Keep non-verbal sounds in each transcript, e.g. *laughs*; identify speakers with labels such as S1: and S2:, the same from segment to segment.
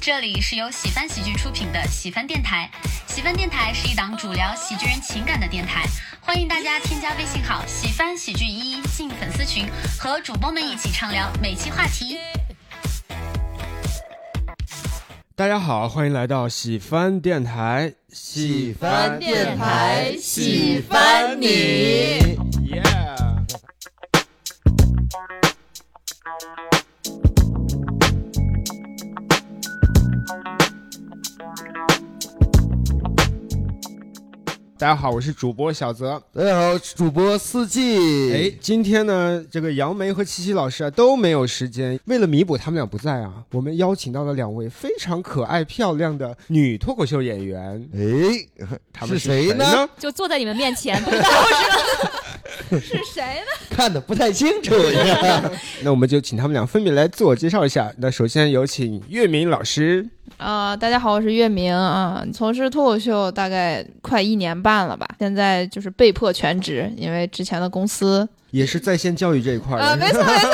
S1: 这里是由喜翻喜剧出品的喜翻电台。喜翻电台是一档主聊喜剧人情感的电台，欢迎大家添加微信号“喜翻喜剧一一”进粉丝群，和主播们一起畅聊每期话题。
S2: 大家好，欢迎来到喜翻电台，喜
S3: 翻电台喜
S4: 欢
S3: 欢你。
S2: Yeah 大家好，我是主播小泽。
S3: 大家好，主播四季。
S2: 哎，，今天呢，这个杨梅和七七老师啊都没有时间。为了弥补他们俩不在啊，我们邀请到了两位非常可爱漂亮的女脱口秀演员，
S3: 哎，
S2: 他们
S3: 是谁
S2: 谁
S3: 呢？
S4: 就坐在你们面前，
S5: *laughs*
S4: 不知道是是谁呢？
S3: 看的不太清
S2: *laughs*
S3: 楚呀。
S2: 那我们就请他们俩分别来自我介绍一下。那首先有请岳明老师，
S5: 啊、大家好，我是月明啊，从事脱口秀大概快一年半了吧，现在就是被迫全职，因为之前的公司，
S2: 也是在线教育这一块
S5: 呃，
S2: 的。
S5: 没错 *laughs* 没错，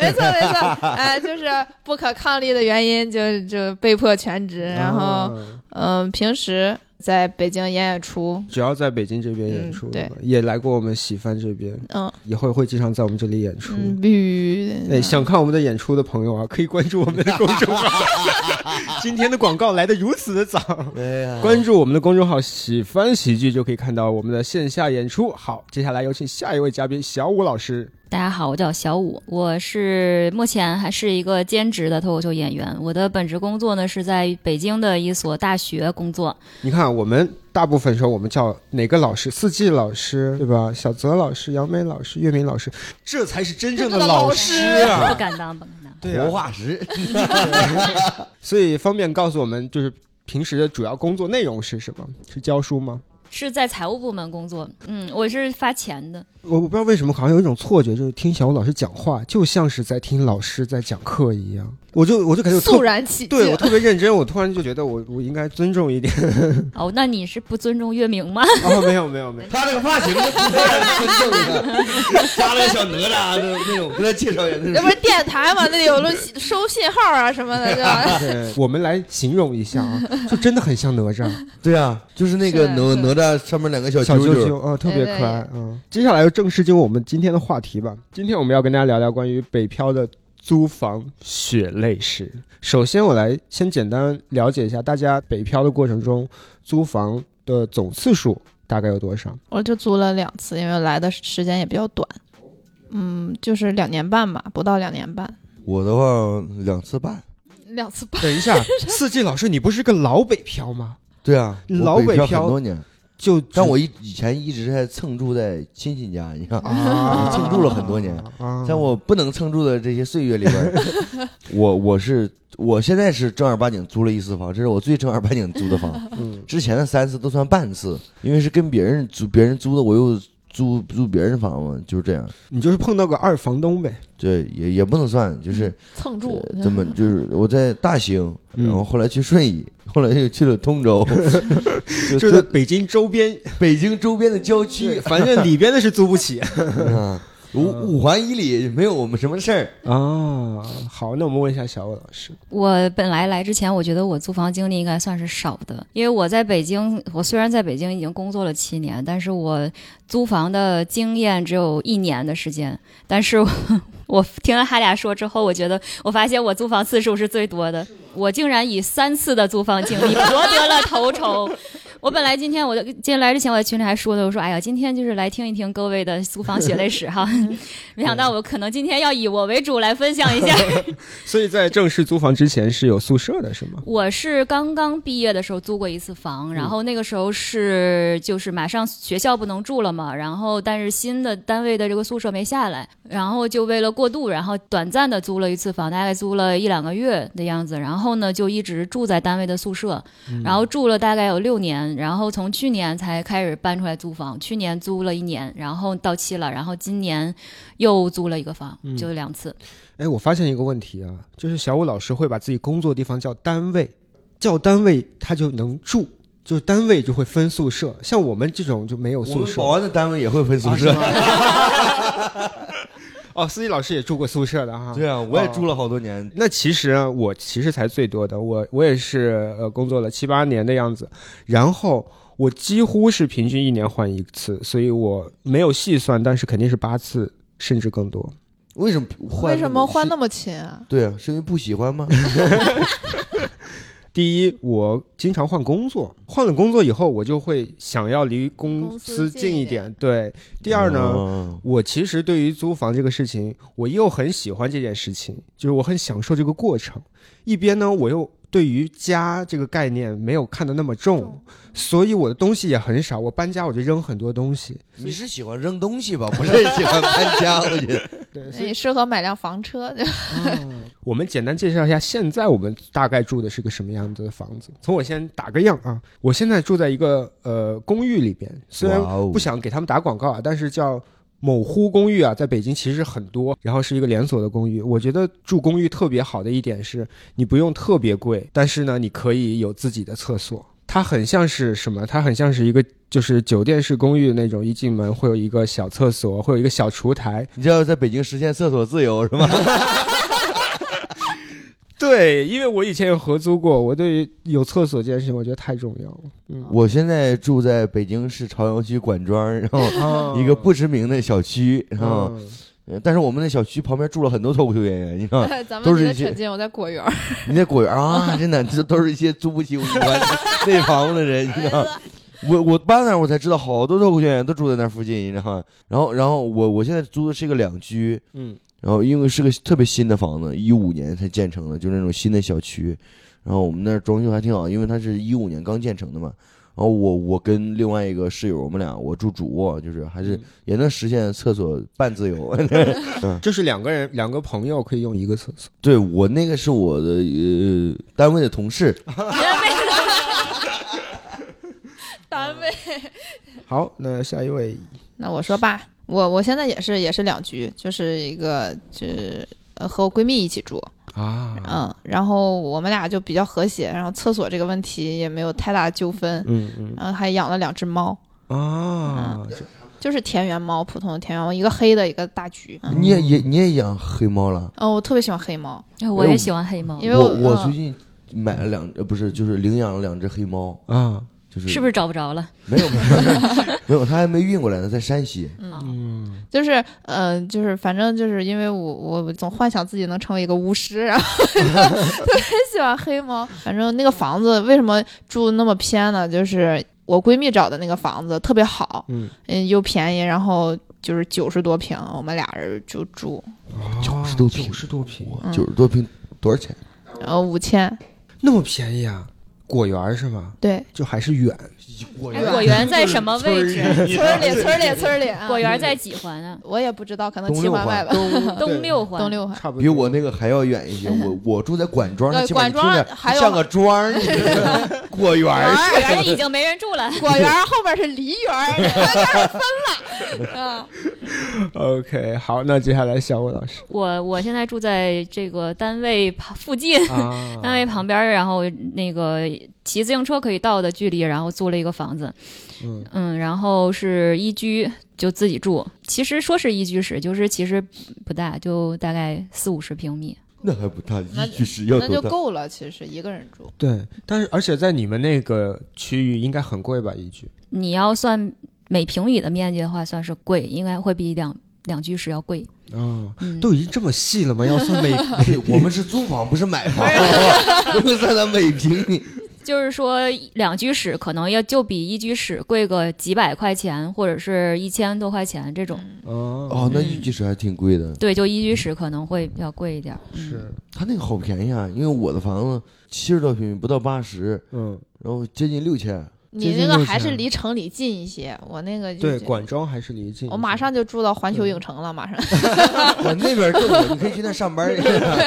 S5: 没错没错，哎、就是不可抗力的原因就，就被迫全职，然后
S2: 啊
S5: 嗯、平时在北京演演出，
S2: 主要在北京这边演出，
S5: 嗯对
S2: 也来过我们喜番这边，
S5: 嗯
S2: 以后会经常在我们这里演出。
S5: 嗯，必须的
S2: 哎，想看我们的演出的朋友啊，可以关注我们的公众号。 *laughs* 今天的广告来的如此的早，
S3: 哎呀，
S2: 关注我们的公众号“喜番喜剧”就可以看到我们的线下演出。好，接下来有请下一位嘉宾小武老师。
S4: 大家好，我叫小五，我是目前还是一个兼职的脱口秀演员。我的本职工作呢是在北京的一所大学工作。
S2: 你看，我们大部分时候我们叫哪个老师？四季老师，对吧？小泽老师、杨梅老师、岳明老师，这才是真正的老师
S4: 不
S2: 啊！
S4: 敢当，不敢当。
S2: 对
S3: 活
S2: 啊，
S3: 化石，
S2: 所以方便告诉我们，就是平时的主要工作内容是什么？是教书吗？
S4: 是在财务部门工作，嗯，我是发钱的，
S2: 我我不知道为什么，好像有一种错觉，就是听小吴老师讲话，就像是在听老师在讲课一样。我就我就感觉我
S5: 肃
S2: 特
S5: 然起
S2: 对我
S5: 敬，
S2: 特别认真，我突然就觉得我我应该尊重
S5: *laughs*
S2: 一点。
S4: 哦，那你是不尊重月明吗？
S2: 哦，没有没有没有，
S3: 他这个发型就不太加了个哎小哪吒的那种，给他介绍一下，那
S5: 这不
S3: 种
S5: 是电台嘛，那里有了收信号啊什 *laughs* 么的，对吧？
S2: 对，我们来形容一下
S5: *laughs*
S2: 啊，就真的很像哪吒。
S3: 对啊，就是那个
S5: 是
S3: 哪
S5: 是
S3: 哪吒上面两个小
S2: 小
S3: 啾
S2: 啾啾，啊，特别
S5: 对
S2: 可爱啊、嗯接下来就正式进入我们今天的话题吧。今天我们要跟大家聊聊关于北漂的租房血泪史。首先，我来先简单了解一下大家北漂的过程中租房的总次数大概有多少？
S5: 我就租了两次，因为来的时间也比较短，嗯，就是两年半吧，不到两年半，
S3: 我的话两次半，
S5: 两次半。
S2: 等一下，四季老师，你不是个老北漂吗？
S3: 对啊，我
S2: 老北
S3: 北
S2: 漂
S3: 很多年，
S2: 就
S3: 但我以以前一直还蹭住在亲戚家，你看，
S2: 啊
S3: 我蹭住了很多年
S2: 啊，
S3: 在我不能撑住的这些岁月里边儿，
S2: *laughs*
S3: 我我是我现在是正儿八经租了一次房，这是我最正儿八经租的房。
S2: 嗯
S3: 之前的三次都算半次，因为是跟别人租，别人租的我又租租别人房嘛，就是这样。
S2: 你就是碰到个二房东呗。
S3: 对，也也不能算，
S2: 嗯
S3: 就是
S5: 蹭住，
S3: 呃怎么就是我在大兴，然后后来去顺义， *laughs* 后来又去了
S2: *laughs*
S3: 通州，
S2: 就
S3: 就
S2: 在
S3: 在
S2: 北京周 *laughs* 边，
S3: 北京周边的郊区，
S2: 反正里边的是租不 *laughs* 起。嗯
S3: 啊，五五环以里没有我们什么事儿。
S2: 啊，好，那我们问一下小欧老师，
S4: 我本来来之前，我觉得我租房经历应该算是少的，因为我在北京，我虽然在北京已经工作了七年，但是我租房的经验只有一年的时间。但是我 *laughs* 我听了他俩说之后，我觉得我发现我租房次数是最多的，我竟然以三次的租房经历博得了头筹。我本来今天我就今天来之前，我在群里还说呢，我说哎呀，今天就是来听一听各位的租房血泪史哈， *laughs* 没想到我可能今天要以我为主来分享一下。
S2: 所以在正式租房之前是有宿舍的，是吗？
S4: 我是刚刚毕业的时候租过一次房，然后那个时候是就是马上学校不能住了嘛，然后但是新的单位的这个宿舍没下来，然后就为了过渡，然后短暂的租了一次房，大概租了一两个月的样子，然后呢就一直住在单位的宿舍，然后住了大概有六年，然后从去年才开始搬出来租房，去年租了一年，然后到期了，然后今年又租了一个房，就两次。
S2: 哎，我发现一个问题啊，就是小武老师会把自己工作地方叫单位，叫单位他就能住，就是单位就会分宿舍，像我们这种就没有
S3: 我
S2: 宿
S3: 们
S2: 舍啊
S3: 保安的单位也会分宿
S2: 啊是
S3: 舍
S2: 吗。哦，司机老师也住过宿舍的哈。
S3: 对啊，我也住了好多年。
S2: 那其实啊我其实才最多的，我我也是呃工作了七八年的样子，然后我几乎是平均一年换一次，所以我没有细算，但是肯定是八次甚至更多。
S3: 为什么换？
S5: *laughs* 为什么换那
S3: 么？
S5: 么勤啊？
S3: 对啊，是因为不喜欢 *laughs* 吗？
S2: 第一，我经常换工作，换了工作以后，我就会想要离公
S5: 公
S2: 司
S5: 司
S2: 近
S5: 近
S2: 一
S5: 一
S2: 点
S5: 点。
S2: 对，第二呢，
S3: 哦
S2: 我其实对于租房这个事情，我又很喜欢这件事情，就是我很享受这个过程。一边呢，我又对于家这个概念没有看得那么重
S5: 重，
S2: 所以我的东西也很少。我搬家我就扔很多东西。
S3: 你是喜欢扔东西吧？ *laughs* 不是喜欢搬家，我觉得。
S2: 对，所以
S5: 你适合买辆房车，
S2: 我们简单介绍一下，现在我们大概住的是个什么样子的房子。从我先打个样啊，我现在住在一个呃公寓里边，虽然
S3: 哇哦
S2: 不想给他们打广告啊，但是叫某乎公寓啊，在北京其实很多，然后是一个连锁的公寓。我觉得住公寓特别好的一点是，你不用特别贵，但是呢，你可以有自己的厕所。它很像是什么？它很像是一个就是酒店式公寓那种，一进门会有一个小厕所，会有一个小厨台，
S3: 你这要在北京实现厕所自由是吗？
S2: 对，因为我以前也合租过，我对于有厕所这件事情，我觉得太重要了。
S3: 我现在住在北京市朝阳区管庄，然后一个不知名的小区，然后
S2: 啊嗯，
S3: 呃但是我们那小区旁边住了很多脱口秀演员，你知道吗？
S5: *laughs* 咱
S3: 啊都
S5: 们
S3: 是
S5: 离
S3: 一
S5: 得
S3: 些
S5: 挺近，我在果园
S3: *laughs*
S5: 儿。
S3: 你那果园啊，真的，这都是一些租不起五十万 *laughs* 内房子的人，你知道吗？我我搬那儿我才知道，好多脱口秀演员都住在那附近，你知道吗？然后然后我我现在租的是一个两居，
S2: 嗯，
S3: 然后因为是个特别新的房子，一五年才建成的，就那种新的小区。然后我们那儿装修还挺好，因为它是一五年刚建成的嘛。然后我我跟另外一个室友，我们俩我住主卧，就是还是也能实现厕所半自由。 *laughs*
S2: 就是两个人，两个朋友可以用一个厕所。
S3: 对我那个是我的呃单位的同事，
S5: 单位。
S2: 好，那下一位，
S5: 那我说吧，我我现在也是也是两居，就是一个就是呃和我闺蜜一起住，
S2: 啊，
S5: 嗯，然后我们俩就比较和谐，然后厕所这个问题也没有太大的纠纷，
S2: 嗯嗯
S5: 然后还养了两只猫，
S2: 啊，这
S5: 就是田园猫，普通的田园猫，一个黑的，一个大橘。嗯，
S3: 你也也你也养黑猫了？
S5: 哦，我特别喜欢黑猫，
S4: 哎我也喜欢黑猫，
S5: 因为
S3: 我
S5: 我呃嗯
S3: 最近买了两呃不是就是领养了两只黑猫，
S2: 啊，
S3: 就是
S4: 是不是找不着了？
S3: 没有没 *laughs* 有没有，它还没运过来呢，在山西。
S2: 嗯，
S5: 就是呃，就是反正就是因为我我我总幻想自己能成为一个巫师，然后特别喜欢黑猫。反正那个房子为什么住那么偏呢？就是我闺蜜找的那个房子特别好，
S2: 嗯，
S5: 嗯，又便宜，然后就是九十多平，我们俩人就住，
S3: 90多平
S2: 九十多平，
S5: 嗯
S3: 哦九十多平多少钱？
S5: 然后五千，
S2: 那么便宜啊？果园是吗？
S5: 对，
S2: 就还是远，
S3: 我
S4: 哎果园在什么位置？
S5: 村儿里村儿里村 *laughs* 儿里，
S4: 果
S5: 我
S4: 园在几环啊？
S5: 我也不知道，可能
S3: 东
S5: 七
S3: 六
S5: 环
S3: 环
S5: 外吧，
S2: 东
S4: *laughs* 东六环。
S5: 东六环。
S2: 差不多，
S3: 比我那个还要远一些。我我住在管庄，
S5: 嗯呃
S3: 它起
S5: 管
S3: 码你听
S5: 庄
S3: 着
S5: 还有
S3: 像个
S5: *laughs*
S3: 庄儿，你知道吗果园
S2: 哎
S4: 果
S3: 儿似的
S4: 园已经没人住了。
S5: 果园儿后面是梨园儿，分了。
S2: OK，好，那接下来小伟老
S5: *laughs*
S2: 师
S4: *laughs* 我我现在住在这个单位旁附近，
S2: 啊
S5: 哎
S4: *laughs* 单位旁边儿，然后那个骑自行车可以到的距离，然后租了一个房子，
S2: 嗯
S4: 然后是一居，就自己住。其实说是一居室，就是其实不大，就大概四五十平米。
S3: 那还不大，
S5: 那
S3: 一居室
S5: 嗯，
S3: 要
S5: 那就
S3: 多大？ *laughs*
S5: 够了，其实一个人住。
S2: 对，但是而且在你们那个区域应该很贵吧？一居
S4: 你要算每平米的面积的话，算是贵，应该会比两两居室要贵。
S2: 啊，
S4: 嗯，
S2: 都已经这么细了吗？要算
S5: *laughs*
S2: 每
S3: 对哎我们是租房，不是买房， *laughs* 不用算到每平米。
S4: 就是说两居室可能要就比一居室贵个几百块钱，或者是一千多块钱这种。
S2: 哦
S3: 哦，那一居室还挺贵的。
S4: 对，就一居室可能会比较贵一点。嗯
S2: 是，
S3: 他那个好便宜啊，因为我的房子七十多平米，不到八十，
S2: 嗯，
S3: 然后接近六千。
S5: 你
S2: 接近
S5: 那个
S2: 六
S5: 还
S2: 千
S5: 是离城里近一些，我那个就
S2: 对，
S5: 是
S2: 管庄还是离近一些。
S5: 我马上就住到环球影城了，马上。
S3: *laughs*
S5: *laughs*
S3: 我那边更远，你可以去那上班去。
S5: 啊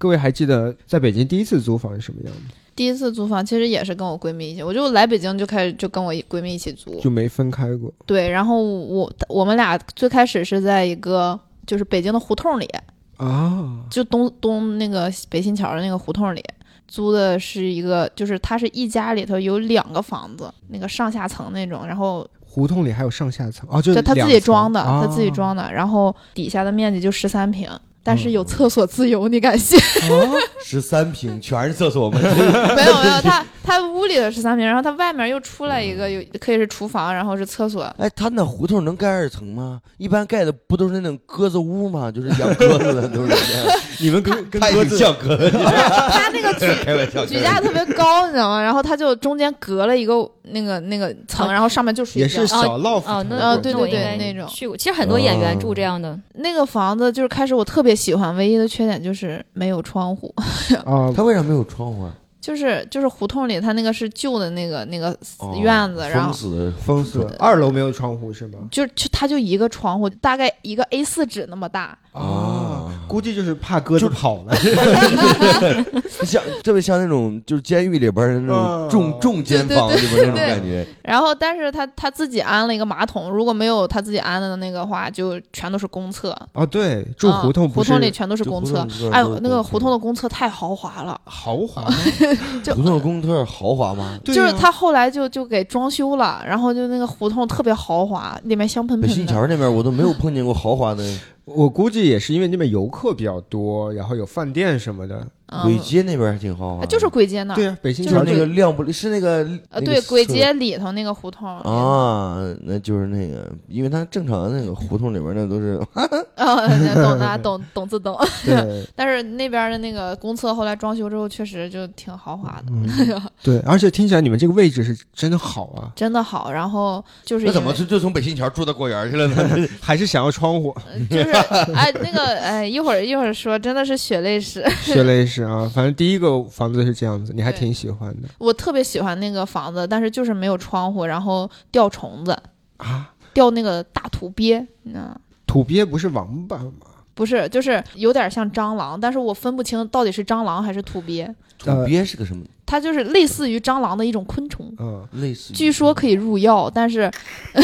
S2: 各位还记得在北京第一次租房是什么样吗？
S5: 第一次租房其实也是跟我闺蜜一起，我就来北京就开始就跟我闺蜜一起租。
S2: 就没分开过。
S5: 对，然后我我们俩最开始是在一个就是北京的胡同里，
S2: 啊，
S5: 就东东那个北新桥的那个胡同里租的是一个，就是它是一家里头有两个房子，那个上下层那种，然后
S2: 胡同里还有上下层哦，啊哦就
S5: 就他自己装的，他自己
S2: 的。
S5: 装的，然后底下的面积就十三平，但是有
S3: 嗯
S5: 厕所自由，你敢信？
S2: 哦
S3: 十三平全是厕所吗？
S5: 没有没有，他他屋里的十三平，然后他外面又出来一个，有可以是厨房，然后是厕所。
S3: *laughs* 哎，他那胡同能盖二层吗？一般盖的不都是那种鸽子屋吗？就是养鸽子的，都是这 *laughs* 样。
S2: 你们跟跟
S3: 他
S2: 鸽
S3: 也
S2: 子
S3: 像鸽子，
S5: 他那个举
S2: *laughs*
S3: 开玩笑，
S5: 举架特别高，你知道吗？然后他就中间隔了一个那个那个层，
S4: 啊
S5: 然后上面就睡
S2: 也
S5: 觉
S2: 是。小老
S4: 哦，
S2: 虎
S4: 那
S2: 头
S5: 啊
S4: 那
S5: 对
S4: 我
S5: 对
S4: 应
S5: 对
S4: 该
S5: 那种
S4: 去过。其实很多演员住这样的，
S5: 那个房子就是开始我特别喜欢，唯一的缺点就是没有窗户， *laughs*
S2: 啊，
S3: 他为啥没有窗户啊？
S5: 就是就是胡同里他那个是旧的那个那个
S3: 哦
S5: 院子，然后
S3: 封死的
S2: 封死了。二楼没有窗户是吗？
S5: 就就他就一个窗户，大概一个 A 四纸那么大，
S2: 啊
S3: 啊，
S2: 估计就是怕鸽子跑 *laughs* 了。
S3: 像特别像那种就是监狱里边儿的那
S2: 啊
S3: 种重重监房里边儿那种
S5: 对
S3: 感觉，
S5: 然后，但是他他自己安了一个马桶，如果没有他自己安的那个话，就全都是公厕。
S2: 哦，对，住
S5: 嗯
S2: 胡同不
S5: 胡
S2: 是
S5: 同里全都是
S3: 就
S5: 公
S3: 胡
S5: 厕
S3: 同。里边儿
S5: 哎
S3: 都
S5: 呦
S3: 是，
S5: 那个
S3: 公
S5: 胡同的公厕太豪华了，
S2: 豪华吗，
S5: 就
S3: 胡同啊的公厕豪华吗？
S2: *laughs* 对啊
S5: 哦就是
S2: 呀
S5: 他后来就就给装修了，然后就那个胡同特别豪华，里面香喷
S3: 北
S5: 喷
S3: 新
S5: 的。
S3: 桥那边我都没有碰见过豪华的，
S2: 我估计也是因为那边游客比较多，然后有饭店什么的。
S5: 嗯
S3: 簋，街那边还挺豪
S5: 啊
S3: 华的，
S5: 就是簋街那儿
S2: 对。呀，北新
S3: 就是
S2: 桥
S3: 那个亮不是那个
S5: 呃，
S3: 那个
S5: 对，簋
S3: 色
S5: 街里头那个胡同。
S3: 啊，那就是那个，因为它正常那个胡同里边那都是 *laughs*
S5: 嗯， *laughs* 懂的，懂懂 *laughs* 自懂。
S2: 对，
S5: 但是那边的那个公厕后来装修之后，确实就挺豪华的，
S2: 嗯对，而且听起来你们这个位置是真的好啊，
S5: 真的好。然后就是
S3: *laughs* 那怎
S5: 因
S3: 么
S5: 为
S3: 就就从北新桥住到果园去了呢？
S5: *laughs*
S2: 还是想要窗户。啊
S5: 就是哎，那个哎，一会儿一会儿说，真的是血泪史。 *laughs*
S2: 血泪史啊，反正第一个房子是这样子，你还
S5: 对
S2: 挺喜欢的
S5: 我特别喜欢那个房子，但是就是没有窗户，然后掉虫子，
S2: 啊。
S5: 掉那个大土鳖，你知道吗？
S2: 土鳖不是王八吗？
S5: 不是，就是有点像蟑螂，但是我分不清到底是蟑螂还是土鳖，
S3: 土鳖是个什么
S5: 它就是类似于蟑螂的一种昆虫，
S2: 嗯，
S3: 类似于？
S5: 据说可以入药，但是 *laughs*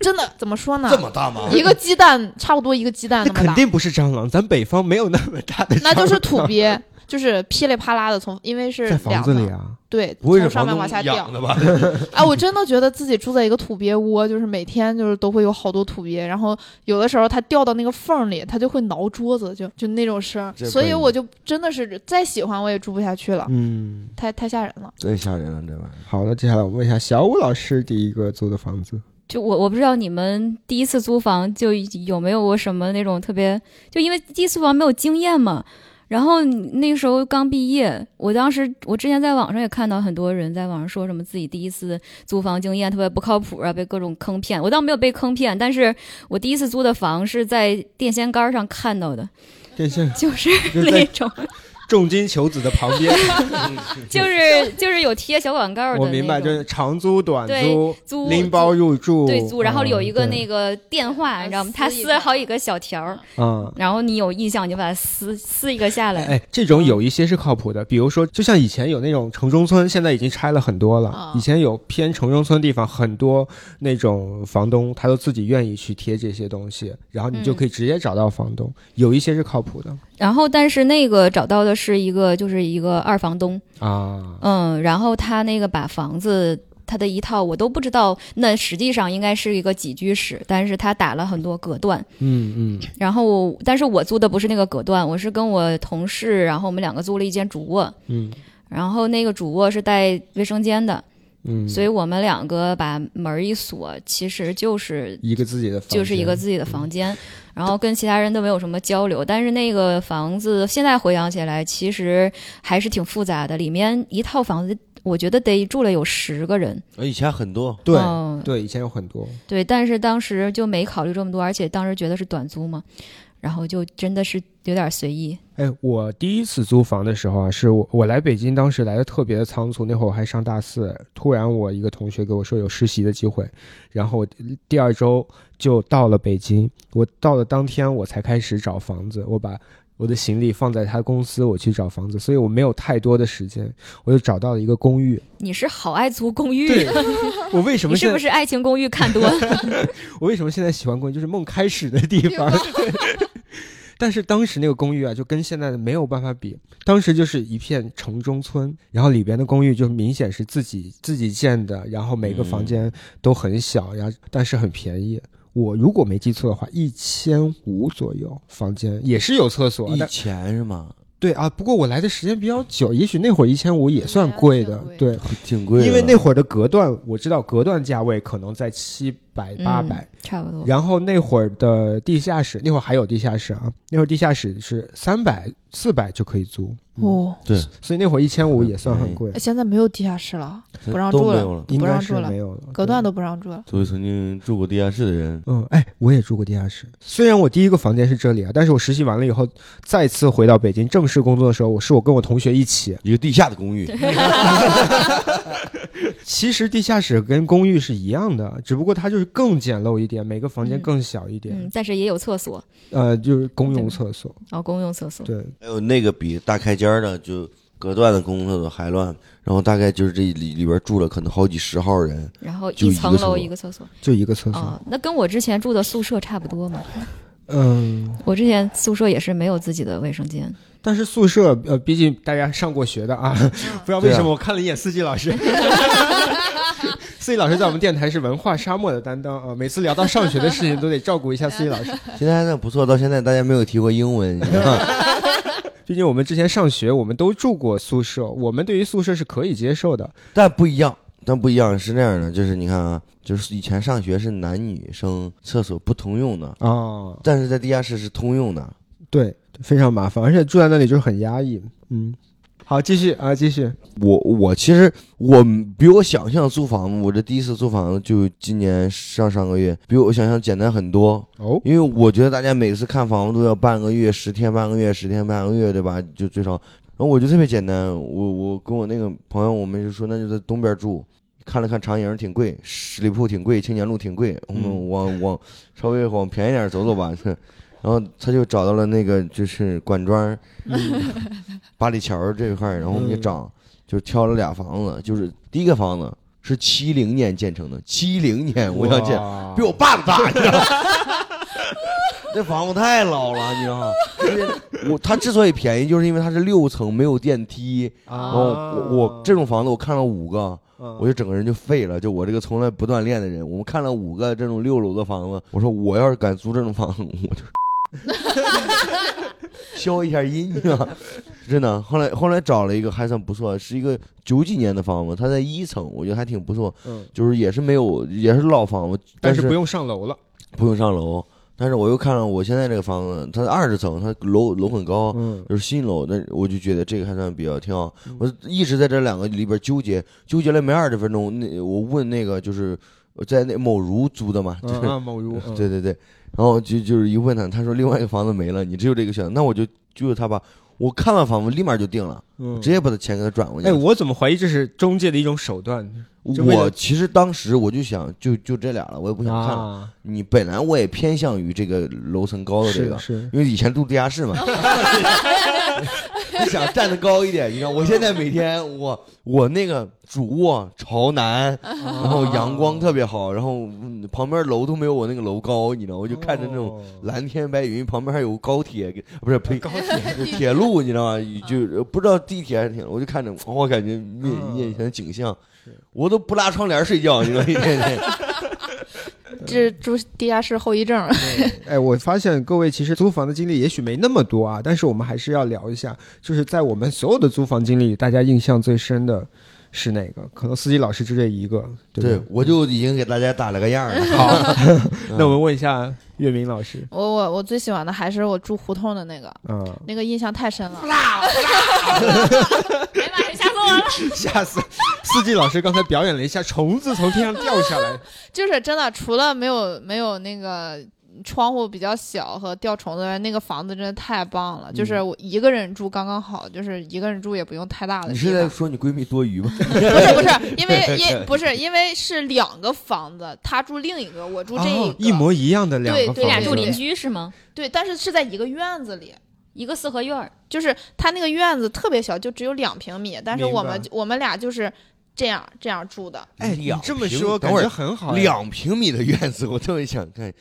S5: 真的怎么说呢
S3: 这？么大吗？
S5: 一个鸡蛋差不多一个鸡蛋
S2: 那
S5: 那么
S2: 肯
S5: 大，
S2: 定不是蟑螂，咱北方没有那么大
S5: *laughs*
S2: 的蟑
S5: 那
S2: 螂。
S5: 就是土鳖，就是噼里啪啦的从，因为是
S2: 在房
S5: 两
S2: 子
S5: 层
S2: 里啊，
S5: 对，
S3: 不会是
S5: 从上
S3: 房
S5: 面
S3: 东
S5: 往下掉
S3: 养。的吧？
S5: *laughs* 哎，我真的觉得自己住在一个土鳖窝，就是每天就是都会有好多土鳖，然后有的时候它掉到那个缝儿里，它就会挠桌子，就就那种声儿，
S3: 这
S5: 所
S3: 可
S5: 以
S3: 以
S5: 我就真的是再喜欢我也住不下去了，
S2: 嗯。
S5: 太太吓人了。
S3: 太吓人了，这玩意
S2: 好的，接下来我们问一下小武老师第一个租的房子，
S4: 就我我不知道你们第一次租房就有没有过什么那种特别，就因为第一次租房没有经验嘛。然后你那个时候刚毕业，我当时我之前在网上也看到很多人在网上说什么自己第一次租房经验特别不靠谱啊，被各种坑骗。我倒没有被坑骗，但是我第一次租的房是在电线杆上看到的，
S2: 电线
S4: 就是
S2: *laughs* 就
S4: 那
S2: 在
S4: 种，
S2: 重金求子的旁边，
S4: 就是
S2: *laughs*
S4: 就是有贴小广告的那种。
S2: 我明白，就是长租、短租
S4: 对、租
S2: 拎包入住，
S4: 对租，然后有一个
S2: 嗯
S4: 那个电话，你知道吗？
S2: 啊
S4: 他
S5: 撕一
S4: 撕
S5: 个
S4: 了好几个小条儿，
S2: 对啊。
S4: 然后你有印象你就把它撕撕一个下来。
S2: 哎，这
S4: 嗯
S2: 种有一些是靠谱的，比如说，就像以前有那种城中村，现在已经拆了很多了
S5: 啊。
S4: 哦
S2: 以前有偏城中村地方，很多那种房东他都自己愿意去贴这些东西，然后你就
S4: 嗯
S2: 可以直接找到房东。有一些是靠谱的
S4: 然后但是那个找到的是一个就是一个二房东，
S2: 啊，
S4: 嗯，然后他那个把房子。他的一套我都不知道，那实际上应该是一个几居室，但是他打了很多隔断，
S2: 嗯嗯，
S4: 然后但是我租的不是那个隔断，我是跟我同事，然后我们两个租了一间主卧，
S2: 嗯
S4: 然后那个主卧是带卫生间的，
S2: 嗯，
S4: 所以我们两个把门一锁，其实就是
S2: 一个自己的房间，
S4: 就是一个自己的房间，然后跟其他人都没有什么交流。但是那个房子现在回想起来，其实还是挺复杂的。里面一套房子，我觉得得住了有十个人。
S3: 儿，哎以前很多，
S2: 对
S4: 嗯
S2: 对，以前有很多，
S4: 对，但是当时就没考虑这么多，而且当时觉得是短租嘛，然后就真的是有点随意。
S2: 哎，我第一次租房的时候啊，是我我来北京，当时来的特别的仓促，那会儿我还上大四，突然我一个同学给我说有实习的机会，然后我第二周就到了北京，我到了当天我才开始找房子，我把。我的行李放在他公司，我去找房子，所以我没有太多的时间，我就找到了一个公
S4: *laughs*
S2: 寓。
S4: 你是好爱租公寓， *laughs*
S2: 对，我为什
S4: 你
S2: 么现
S4: 是
S2: 在
S4: 不是爱情
S2: *laughs*
S4: 公寓看多了？嗯
S3: *laughs*
S2: 我为什么现在喜欢公寓，就是梦开始的地方。但是当时那个公寓啊，就跟现在的没有办法比。当时就是一片城中村，然后里边的公寓就明显是自己自己建的，然后每个房间都很小，然后但是很便宜。我如果没记错的话，一千五左右房间也是有厕所，
S3: 以
S2: 但
S3: 前是吗？
S2: 对啊，不过我来的时间比较久，也许那会儿一千五也算贵的
S5: 应该，是
S2: 对，
S3: 挺贵的，
S2: 因为那会儿的隔断我知道隔断价位可能在七百
S4: 嗯
S2: 八百，
S4: 差不
S5: 哦
S4: 多。
S2: 然后那会儿的地下室，那会儿还有地下室啊，那会儿地下室是三百、四百就可以租，
S3: 嗯
S5: 哦，
S3: 对，
S2: 所以那会儿一千五也算很贵，
S5: 现在没有地下室了，不让
S3: 都
S5: 住
S3: 没
S5: 了
S3: 有了。
S2: 应
S5: 哎不
S2: 该
S5: 让
S2: 是
S5: 住了
S2: 没有了，
S5: 隔断
S2: 对
S5: 都不让住了。
S3: 作为曾经住过地下室的人，
S2: 嗯，哎，我也住过地下室。虽然我第一个房间是这里啊，但是我实习完了以后，再次回到北京正式工作的时候，我是我跟我同学一起。
S3: 一个地下的公寓，
S2: 其实地下室跟公寓是一样的，只不过它就是更简陋一点，每个房间更小一点。
S4: 嗯，但是也有厕所，
S2: 呃，就是公用厕所。
S4: 然后公用厕
S5: 嗯
S4: 所。
S2: 对，
S3: 还有那个比大开间儿的就隔断的公厕所还乱，然后大概就是这里里边住了可能好几十号人，
S4: 然后
S3: 就一
S4: 一
S3: 个
S4: 层
S3: 厕所
S4: 楼一个厕所。
S2: 就一个厕所。
S5: 哦
S4: 啊、那跟我之前住的宿舍差不多嘛。
S2: 嗯，
S4: 我之前宿舍也是没有自己的卫生间，
S2: 但是宿舍，呃，毕竟大家上过学的啊， *laughs* 不知道为什么我看了一眼四季老师。四季老师在我们电台是文化沙漠的担当啊，每次聊到上学的事情都得照顾一下四季老师。
S3: 现在还算不错，到现在大家没有提过英文，你知道吗
S2: 毕竟我们之前上学，我们都住过宿舍，我们对于宿舍是可以接受的。
S3: 但不一样，但不一样是那样的，就是你看啊，就是以前上学是男女生厕所不通用的，
S2: 哦，
S3: 但是在地下室是通用的。
S2: 对，非常麻烦，而且住在那里就是很压抑。嗯，好，继续啊，继续。
S3: 我我其实我比我想象租房子，我这第一次租房子就今年上上个月，比我想象简单很多。
S2: 哦，
S3: 因为我觉得大家每次看房子都要半个月、十天、半个月、十天、半个月，对吧？就最少。然后我就特别简单，我我跟我那个朋友，我们就说那就在东边住，看了看长营挺贵，十里铺挺贵，青年路挺贵，我们
S2: 嗯
S3: 往往稍微往便宜点走走吧。 *laughs* 是然后他就找到了那个就是管庄、
S2: 嗯
S3: 八里桥这一块儿，然后我们就
S2: 嗯
S3: 找，就挑了俩房子，就是第一个房子是七零年建成的，七零年我要建，
S2: 哇
S3: 比我爸都大，你知道吗？
S2: *laughs*
S3: 这房子太老了，你知道吗？就是我它之所以便宜，就是因为它是六层，没有电梯。然
S2: 啊嗯
S3: 后我我这种房子我看了五个，我
S2: 我
S3: 就整个人就废了。就我这个从来不锻炼的人，我们看了五个这种六楼的房子，我说我要是敢租这种房子，我就 *laughs* 消一下音，你知道吗？真的。后来后来找了一个还算不错，是一个九几年的房子，它在一层，我觉得还挺不错，
S2: 嗯，
S3: 就是也是没有也是老房子，
S2: 但
S3: 是
S2: 是不用上楼了。
S3: 不用上楼。但是我又看了我现在这个房子，它二十层，它楼楼很高，
S2: 嗯，
S3: 就是新楼，那我就觉得这个还算比较挺好。我一直在这两个里边纠结，纠结了没二十分钟。那我问那个就是我在那某如租的嘛，就是、
S2: 嗯啊，某如，嗯
S3: 对，对对，然后就就是一问他，他说另外一个房子没了，你只有这个选择，那我就就是他吧。我看完房子立马就定了，
S2: 嗯
S3: 直接把他钱给他转过去。
S2: 哎，我怎么怀疑这是中介的一种手段？就为了
S3: 我其实当时我就想，就就这俩了，我也不想看了。
S2: 啊，
S3: 你本来我也偏向于这个楼层高的这
S2: 是啊
S3: 个，
S2: 是，
S3: 因为以前住地下室嘛，就想站得高一点。你看，我现在每天我我那个主卧朝南， *laughs* 然
S2: 然
S3: 后阳光特别好，然后嗯旁边楼都没有我那个楼高，你知道，我就看着那种蓝天白云，旁边还有高铁，不是呸
S2: 哦高铁，
S3: *laughs* 铁路，你知道吗？就呃不知道地铁还是铁路，我就看着，我感觉面
S2: 嗯
S3: 面前的景象，我都不拉窗帘睡觉，你知道，一天天。
S5: 这住地下室后遗症， *laughs*
S2: 哎，我发现各位其实租房的经历也许没那么多啊，但是我们还是要聊一下，就是在我们所有的租房经历里，大家印象最深的是哪个？可能司机老师就这一个， *laughs* 对不
S3: 对，我就已经给大家打了个样儿了。
S2: 好，那我们问一下岳明老师
S5: 我我我最喜欢的还是我住胡同的那个，
S2: 啊，
S5: 那个印象太
S1: *laughs*
S5: 深了。
S4: 哎呀妈呀，吓死我了！
S2: *laughs* 吓死！司机老师刚才表演了一下虫子从天上掉下来，
S5: 就是真的，除了没有没有那个窗户比较小和掉虫子，那个房子真的太棒了。就是
S3: 嗯
S5: 我一个人住刚刚好，就是一个人住也不用太大的
S3: *laughs* 你
S5: 地
S3: 是在
S5: 方。
S3: 说你闺蜜多余吗？
S5: 不是不
S3: *laughs*
S5: 是，因为因不是因为是两个房子，他住另一个，我住这
S2: 哦
S5: 个，
S2: 一模一样的两个
S5: 对
S2: 房子，
S5: 对
S4: 你俩住
S5: 对
S4: 邻居是吗？
S5: 对，但是是在一个院子里。
S4: 一个四合院儿，
S5: 就是他那个院子特别小，就只有两平米，但是
S2: 明白
S5: 我们我们俩就是这样这样住的，
S2: 哎，你
S3: 两
S2: 这么
S3: 平
S2: 说
S3: 等
S2: 感
S3: 会儿
S2: 觉很好呀，
S3: *laughs* 两平米的院子，我这么想看，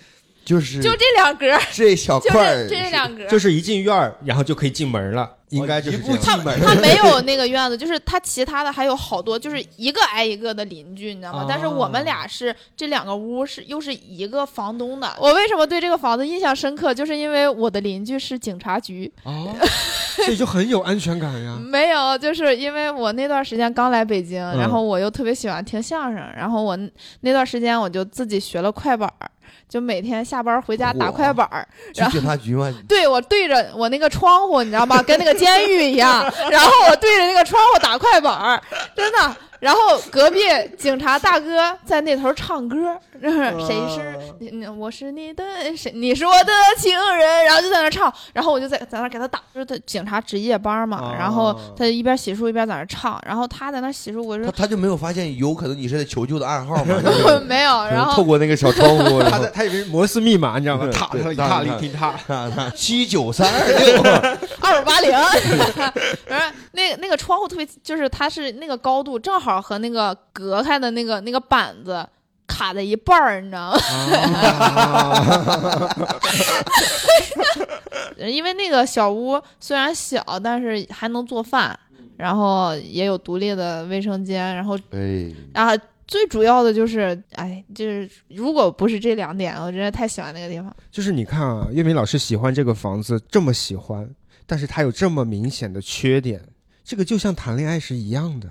S3: 就是
S5: 就这两格，
S3: 这小
S5: 就
S3: 嗯哦块儿
S5: 这这两 *laughs* 格。
S2: 就是一进院儿，然后就可以进门了，应该就是
S3: 一
S2: 这
S3: 步
S2: 样。
S3: 进
S2: *laughs*
S3: 门，
S5: 他没有那个院子，就是他其他的还有好多，就是一个挨一个的邻居，你知道吗？
S2: 哦
S5: 但是我们俩是这两个屋是又是一个房东的。我为什么对这个房子印象深刻，就是因为我的邻居是警察局， *laughs*
S2: 哦，所以就很有安全感呀。
S5: 没有，就是因为我那段时间刚来北京，
S2: 嗯
S5: 然后我又特别喜欢听相声，然后我那段时间我就自己学了快板儿，就每天下班回家打
S3: 哇
S5: 快板儿，
S3: 去警察
S2: *laughs*
S3: 局嘛，
S5: 对我对着我那个窗户，你知道吗？跟那个监狱一样。然后我对着那个窗户打快板儿，真的。然后隔壁警察大哥在那头唱歌， *laughs* 谁是你我是你的谁？你是我的情人。然后就在那唱，然后我就在在那给他打，就是他警察值夜班嘛
S2: 哦。
S5: 然后他一边洗漱一边在那唱，然后他在那洗漱，我
S3: 他
S5: 说
S3: 他就没有发现有可能你是在求救的暗号吗？
S2: *laughs*
S5: *laughs* 没有。然
S3: 透
S5: 后
S3: 过那个小窗户，然
S2: 他
S3: 后
S2: 在他以为是摩斯密码，你知道吗？
S3: 对
S2: 塔
S3: 对
S2: 塔一
S3: 当
S2: 塔
S3: 然
S2: 里
S3: 了
S2: 踢塔， *laughs*
S3: 七九三二六，
S5: 二五八 *laughs* 零，不是那个那个窗户特别，就是它是那个高度正好和那个隔开的那个那个板子卡在一半儿，你知道吗？ *laughs* 啊因为那个小屋虽然小，但是还能做饭，然后也有独立的卫生间，然后
S3: 哎，
S5: 啊。最主要的就是，哎，就是如果不是这两点，我真的太喜欢那个地方。
S2: *laughs* 就是你看啊，岳明老师喜欢这个房子，这么喜欢，但是他有这么明显的缺点，这个就像谈恋爱是一样的。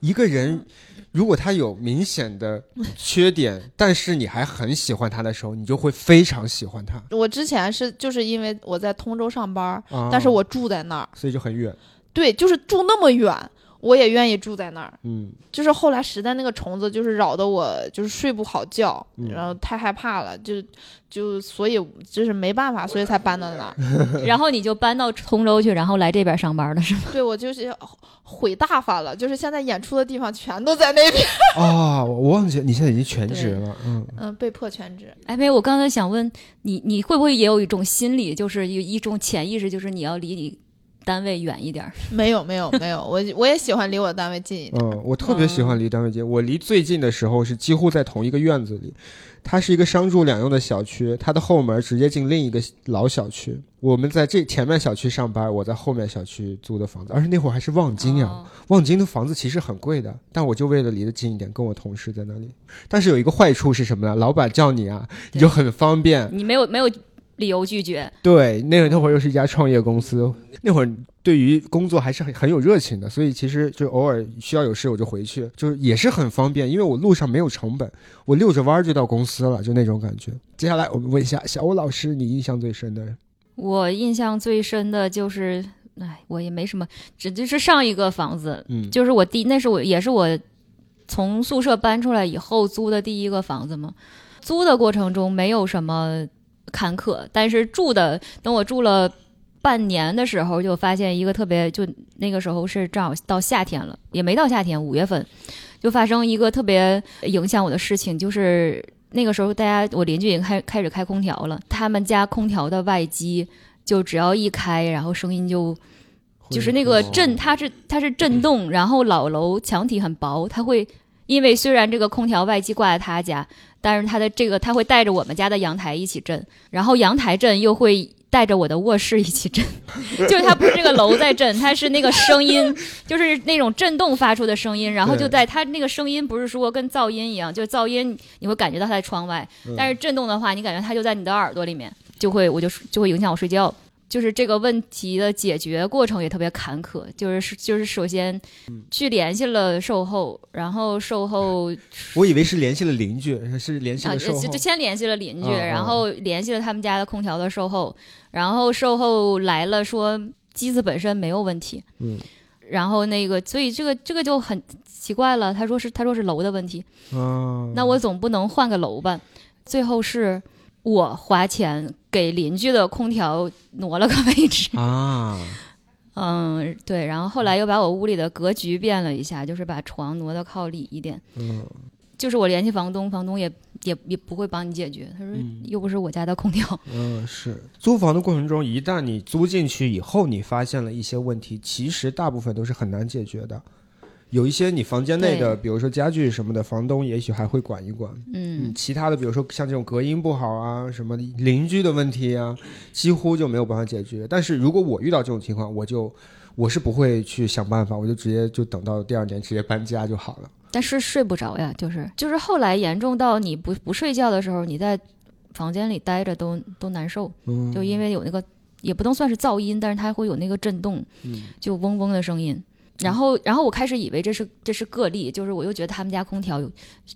S2: 一个人
S5: 嗯
S2: 如果他有明显的缺点，但是你还很喜欢他的时候，你就会非常喜欢他。
S5: 我之前是就是因为我在通州上班，
S2: 啊、
S5: 但是我住在那儿，
S2: 所以就很远，
S5: 对，就是住那么远，我也愿意住在那儿。
S2: 嗯，
S5: 就是后来实在那个虫子就是扰得我就是睡不好觉，
S2: 嗯
S5: 然后太害怕了，就就所以就是没办法，所以才搬到那儿。 *laughs*
S4: 然后你就搬到通州去，然后来这边上班了，是吗？
S5: 对我就是毁大发了，就是现在演出的地方全都在那边， *laughs*
S2: 啊、我忘记了你现在已经全职
S4: 对
S2: 了，嗯，
S5: 嗯，被迫全职。
S4: *laughs* 哎，没有，我刚才想问你，你会不会也有一种心理，就是有一种潜意识，就是你要离你单位远一点儿？
S5: 没有没有没有，我我也喜欢离我单位近一点。
S2: 嗯，我特别喜欢离单位近。我离最近的时候是几乎在同一个院子里，它是一个商住两用的小区，它的后门直接进另一个老小区。我们在这前面小区上班，我在后面小区租的房子，而且那会儿还是望京呀、
S4: 哦
S2: 望京的房子其实很贵的，但我就为了离得近一点，跟我同事在那里。但是有一个坏处是什么呢？老板叫你啊，你就很方便。
S4: 你没有没有理由拒绝。
S2: 对，那那会儿又是一家创业公司，那会儿对于工作还是很很有热情的，所以其实就偶尔需要有事我就回去，就是也是很方便，因为我路上没有成本，我溜着弯儿就到公司了，就那种感觉。接下来我们问一下小欧老师，你印象最深的人
S4: 我印象最深的就是，哎，我也没什么，只就是上一个房子，
S2: 嗯，
S4: 就是我第那是我也是我从宿舍搬出来以后租的第一个房子嘛。租的过程中没有什么坎坷，但是住的等我住了半年的时候，就发现一个特别就那个时候是正好到夏天了，也没到夏天，五月份就发生一个特别影响我的事情，就是那个时候大家我邻居已经开开始开空调了，他们家空调的外机就只要一开，然后声音就就是那
S2: 哦
S4: 个震，
S2: 嗯
S4: 它是它是震动，然后老楼墙体很薄，它会因为虽然这个空调外机挂在他家，但是它的这个它会带着我们家的阳台一起震，然后阳台震又会。带着我的卧室一起震，就是它不是这个楼在震，它是那个声音，就是那种震动发出的声音，然后就
S2: 对
S4: 在它那个声音不是说跟噪音一样，就是噪音你会感觉到它在窗外，
S2: 嗯
S4: 但是震动的话，你感觉它就在你的耳朵里面，就会我就就会影响我睡觉。就是这个问题的解决过程也特别坎坷，就是就是首先
S2: 嗯
S4: 去联系了售后，然后售后
S2: 我以为是联系了邻居，是联系
S4: 啊，
S2: 了售
S4: 就
S2: 后
S4: 就先联系了邻居，
S2: 嗯嗯
S4: 然后联系了他们家的空调的售后，然后售后来了说机子本身没有问题，
S2: 嗯，
S4: 然后那个所以这个这个就很奇怪了，他说是他说是楼的问题，
S2: 啊，
S4: 那我总不能换个楼吧？最后是我花钱给邻居的空调挪了个 *laughs* 位置，
S2: 啊，
S4: 嗯，对，然后后来又把我屋里的格局变了一下，就是把床挪得靠里一点。
S2: 嗯，
S4: 就是我联系房东，房东也也也不会帮你解决，他说、
S2: 嗯
S4: 又不是我家的空调。
S2: 嗯，是租房的过程中，一旦你租进去以后，你发现了一些问题，其实大部分都是很难解决的。有一些你房间内的，
S4: 对
S2: 比如说家具什么的，房东也许还会管一管。嗯，
S4: 嗯，
S2: 其他的，比如说像这种隔音不好啊，什么邻居的问题啊，几乎就没有办法解决。但是如果我遇到这种情况，我就我是不会去想办法，我就直接就等到第二年直接搬家就好了。
S4: 但是睡不着呀，就是就是后来严重到你不不睡觉的时候，你在房间里待着都都难受，
S2: 嗯，
S4: 就因为有那个也不能算是噪音，但是它会有那个震动，
S2: 嗯
S4: 就嗡嗡的声音。然后，然后我开始以为这是这是个例，就是我又觉得他们家空调有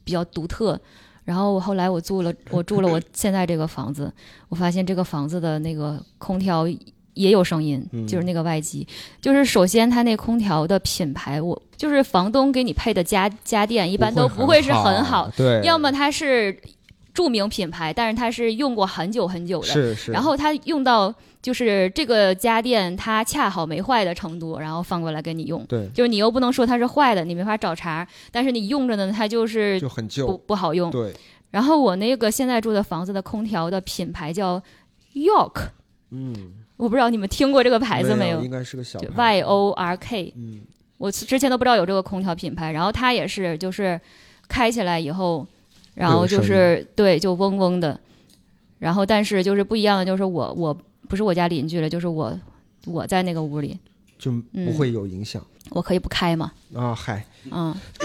S4: 比较独特。然后我后来我住了，我住了我现在这个房子，我发现这个房子的那个空调也有声音，
S2: 嗯
S4: 就是那个外机。就是首先它那空调的品牌，我就是房东给你配的家家电，一般都不会是很好，，
S2: 啊对，
S4: 要么它是著名品牌，但是它是用过很久很久的，
S2: 是是，
S4: 然后他用到就是这个家电它恰好没坏的程度，然后放过来给你用，
S2: 对
S4: 就是你又不能说它是坏的，你没法找茬儿，但是你用着呢，它就是
S2: 就很
S4: 不
S2: 旧，
S4: 不好用。
S2: 对，
S4: 然后我那个现在住的房子的空调的品牌叫 York，
S2: 嗯，
S4: 我不知道你们听过这个牌子
S2: 没
S4: 有
S2: 应该是个小
S4: 就
S2: 牌
S4: ？Y
S2: 子
S4: O R K，
S2: 嗯
S4: 我之前都不知道有这个空调品牌，然后它也是就是开起来以后，然后就
S2: 会有
S4: 是对就嗡嗡的，然后但是就是不一样的就是我我不是我家邻居了，就是我我在那个屋里，
S2: 就不会有影响
S4: 我可以不开嘛，
S2: 啊。嗨，
S4: 嗯， *laughs*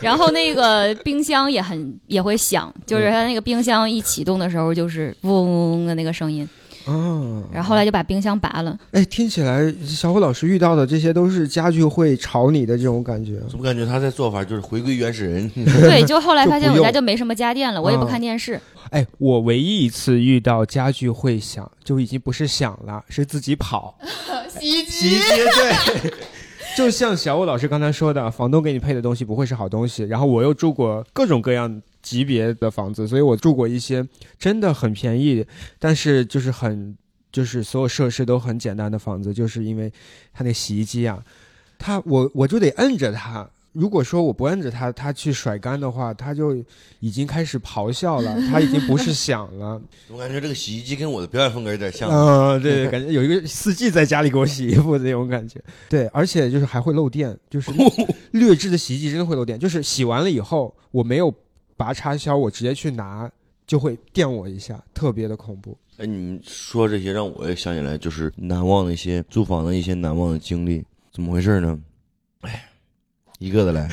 S4: 然后那个冰箱也很也会响，
S2: 嗯
S4: 就是它那个冰箱一启动的时候就是嗡嗡嗡的那个声音，
S2: 啊，
S4: 然后后来就把冰箱
S2: *laughs*
S4: 拔了，
S2: 哎，听起来小虎老师遇到的这些都是家具会吵你的这种感觉。
S3: 怎么感觉他这做法就是回归原始人？ *laughs*
S4: 对，就后来
S2: 就
S4: 发现
S2: 不
S4: 我家
S2: 用
S4: 就没什么家电了，我也不
S2: 啊
S4: 看电视，
S2: 哎，我唯一一次遇到家具会响，就已经不是响了，是自己跑，
S5: 洗衣
S2: 直接对。 *laughs* 就像小武老师刚才说的，房东给你配的东西不会是好东西。然后我又住过各种各样级别的房子，所以我住过一些真的很便宜，但是就是很就是所有设施都很简单的房子，就是因为它那洗衣机啊，它我我就得摁着它。如果说我不摁着它，它去甩干的话，它就已经开始咆哮了，它已经不是响了。
S3: 我感觉这个洗衣机跟我的表演风格有点像。
S2: 嗯，对
S3: *laughs*
S2: 对，感觉有一个四季在家里给我洗衣服的那种感觉。对，而且就是还会漏电，就是
S3: *laughs*
S2: 劣质的洗衣机真的会漏电，就是洗完了以后我没有拔插销，我直接去拿就会电我一下，特别的恐怖。
S3: 哎，你们说这些让我也想起来，就是难忘的一些租房的一些难忘的经历，怎么回事呢？哎，一个的来。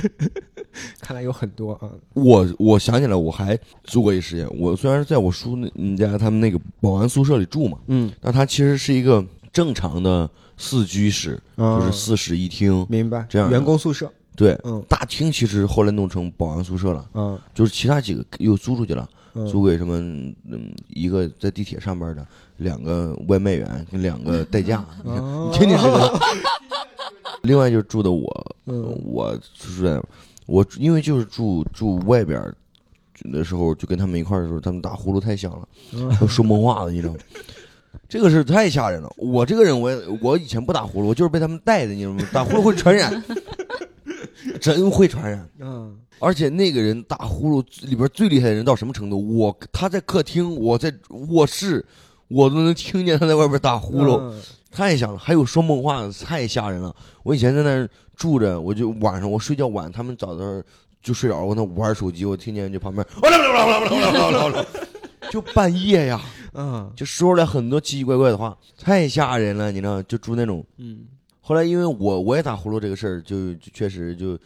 S2: 看来有很多啊，
S3: 我我想起来，我还住过一时间。我虽然是在我叔那你家他们那个保安宿舍里住嘛，
S2: 嗯，
S3: 但它其实是一个正常的四居室，
S2: 啊
S3: 就是四室一厅。
S2: 明白，
S3: 这样
S2: 员工宿舍，
S3: 对，
S2: 嗯
S3: 大厅其实后来弄成保安宿舍了，
S2: 嗯
S3: 就是其他几个又租出去了，
S2: 嗯，
S3: 租给什么嗯一个在地铁上班的，两个外卖员跟两个代驾。你看
S2: 哦
S3: *laughs* 你听听这
S2: *laughs*
S3: 个。另外就是住的我，
S2: 嗯
S3: 我住在我因为就是住住外边儿的时候，就跟他们一块儿的时候，他们打呼噜太响了，都说梦话了，你知道吗？这个事儿太吓人了。我这个人我，也我以前不打呼噜，我就是被他们带的，你知道吗？打呼噜会传染，真会传染。
S2: 嗯，
S3: 而且那个人打呼噜里边最厉害的人到什么程度？我他在客厅，我在卧室，我都能听见他在外边打呼噜。
S2: 嗯
S3: 太响了，还有说梦话的，太吓人了。我以前在那儿住着，我就晚上我睡觉晚，他们早上就睡着了，我那玩手机，我听见就旁边，就半夜呀，
S2: 嗯
S3: 就说出来很多奇奇怪怪的话，太吓人了，你知道，就住那种。
S2: 嗯，
S3: 后来因为我我也打呼噜这个事儿，就就确实就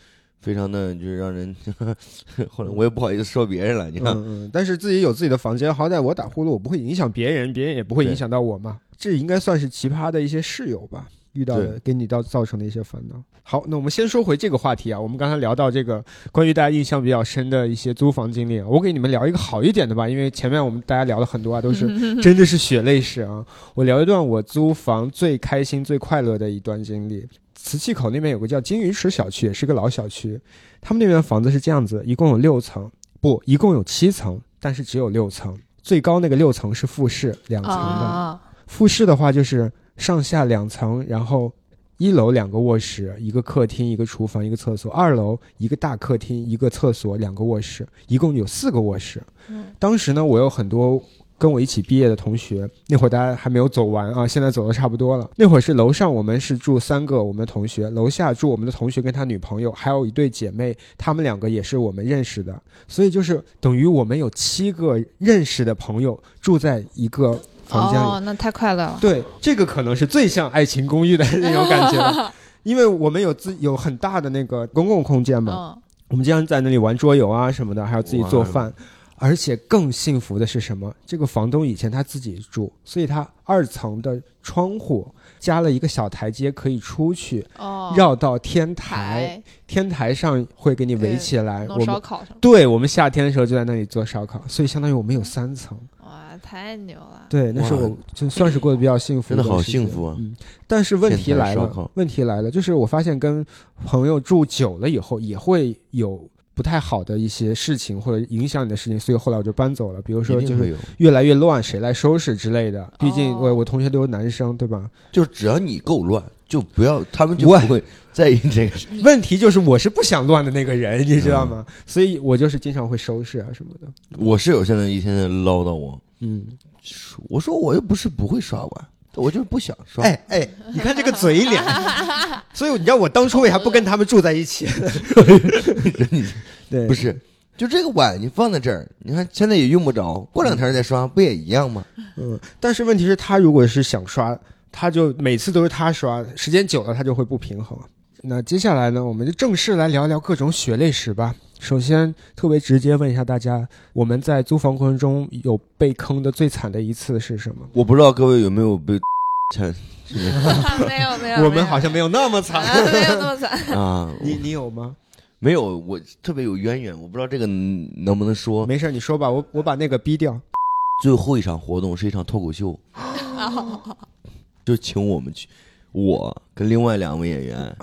S3: 非常的就是让人， *laughs* 后来我也不好意思说别人了，你
S2: 嗯
S3: 看。
S2: 嗯，但是自己有自己的房间，好歹我打呼噜，我不会影响别人，别人也不会影响到我嘛。这应该算是奇葩的一些室友吧，遇到的
S3: 对
S2: 给你到造成的一些烦恼。好，那我们先说回这个话题啊，我们刚才聊到这个关于大家印象比较深的一些租房经历啊，我给你们聊一个好一点的吧，因为前面我们大家聊了很多啊， *laughs*
S5: *laughs*
S2: 都是
S5: 嗯
S2: 真的是血泪史啊。我聊一段我租房最开心、最快乐的一段经历。磁器口那边有个叫金鱼池小区，也是个老小区。他们那边的房子是这样子，一共有六层，不，一共有七层，但是只有六层。最高那个六层是复式两层的，
S5: 啊，
S2: 复式的话就是上下两层，然后一楼两个卧室，一个客厅，一个厨房，一个厕所；二楼一个大客厅，一个厕所，两个卧室，一共有四个卧室。当时呢，我有很多跟我一起毕业的同学，那会儿大家还没有走完啊，现在走的差不多了。那会儿是楼上我们是住三个我们的同学，楼下住我们的同学跟他女朋友，还有一对姐妹，她们两个也是我们认识的，所以就是等于我们有七个认识的朋友住在一个房间里。
S5: 哦，那太快乐 *laughs* 了。
S2: 对，这个可能是最像《爱情公寓》的那种感觉
S5: *laughs*
S2: 了，因为我们有自有很大的那个公共空间嘛，
S5: 嗯，
S2: 我们经常在那里玩桌游啊什么的，还有自己做饭。而且更幸福的是什么？这个房东以前他自己住，所以他二层的窗户加了一个小台阶，可以出去
S5: 哦，
S2: 绕到天台。
S5: 台
S2: 天台上会给你围起来。
S5: 弄
S2: 我
S5: 烧
S2: 们
S5: 烤什么，
S2: 对我们夏天的时候就在那里做烧烤，所以相当于我们有三层。
S5: 哇，太牛了。
S2: 对，那是
S3: 哇
S2: 我就算是过得比较幸福的
S3: 真的
S2: 时间，
S3: 好幸福啊
S2: 嗯，但是问题
S3: 现在
S2: 来
S3: 烧
S2: 了
S3: 烤，
S2: 问题来了，就是我发现跟朋友住久了以后，也会有不太好的一些事情或者影响你的事情，所以后来我就搬走了。比如说，
S3: 一
S2: 就
S3: 定会
S2: 是
S3: 有。
S2: 越来越乱，谁来收拾之类的。毕竟我
S5: 哦
S2: 我同学都是男生，对吧？
S3: 就是只要你够乱，就不要他们就
S2: 我
S3: 不会在意这个事。
S2: 问题就是我是不想乱的那个人，你知道
S3: 嗯
S2: 吗？所以我就是经常会收拾啊什么的。
S3: 我室友现在一天天唠叨我，
S2: 嗯，
S3: 我说我又不是不会刷碗，我就是不想刷。
S2: 哎哎，你看这个嘴
S5: *laughs*
S2: 脸，所以你知道我当初为啥不跟他们住在一
S5: *laughs*
S2: 起？对，
S3: 不是，就这个碗你放在这儿，你看现在也用不着，过两天再刷不也一样吗？
S2: 嗯，但是问题是，他如果是想刷，他就每次都是他刷，时间久了他就会不平衡。那接下来呢，我们就正式来聊聊各种血泪史吧。首先，特别直接问一下大家，我们在租房过程中有被坑的最惨的一次是什么？
S3: 我不知道各位有没有 *laughs* 被欠
S5: *laughs* 没有没有，
S2: 我们好像没有那么
S5: 没有
S2: 惨，
S5: *laughs* 啊没有那么惨。
S3: 啊？
S2: 你你有吗？
S3: 没有，我特别有渊源，我不知道这个能不能说。
S2: 没事儿，你说吧，我我把那个逼掉。
S3: 最后一场活动是一场脱口秀，就请我们去，我跟另外两位演员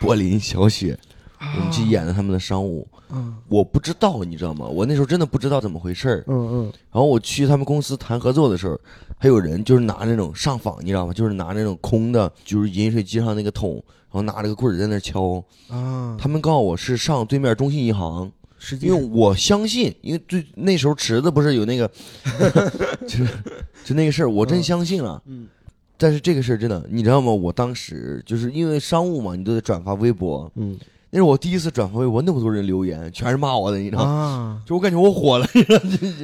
S3: 柏林、小雪，我们去演了他们的商务。
S2: 嗯
S3: 我不知道，你知道吗？我那时候真的不知道怎么回事儿。
S2: 嗯
S3: 然后我去他们公司谈合作的时候，还有人就是拿那种上访，你知道吗？就是拿那种空的，就是饮水机上那个桶，然后拿着个棍儿在那儿敲。
S2: 嗯啊，
S3: 他们告诉我是上对面中信银行，
S2: 实际
S3: 因为我相信，因为最那时候池子不是有那个， *laughs* 就就那个事儿，我真相信了。
S2: 嗯
S3: 但是这个事儿真的，你知道吗？我当时就是因为商务嘛，你都得转发微博，
S2: 嗯
S3: 那是我第一次转发微博，那么多人留言，全是骂我的，你知道吗？
S2: 啊，
S3: 就我感觉我火了。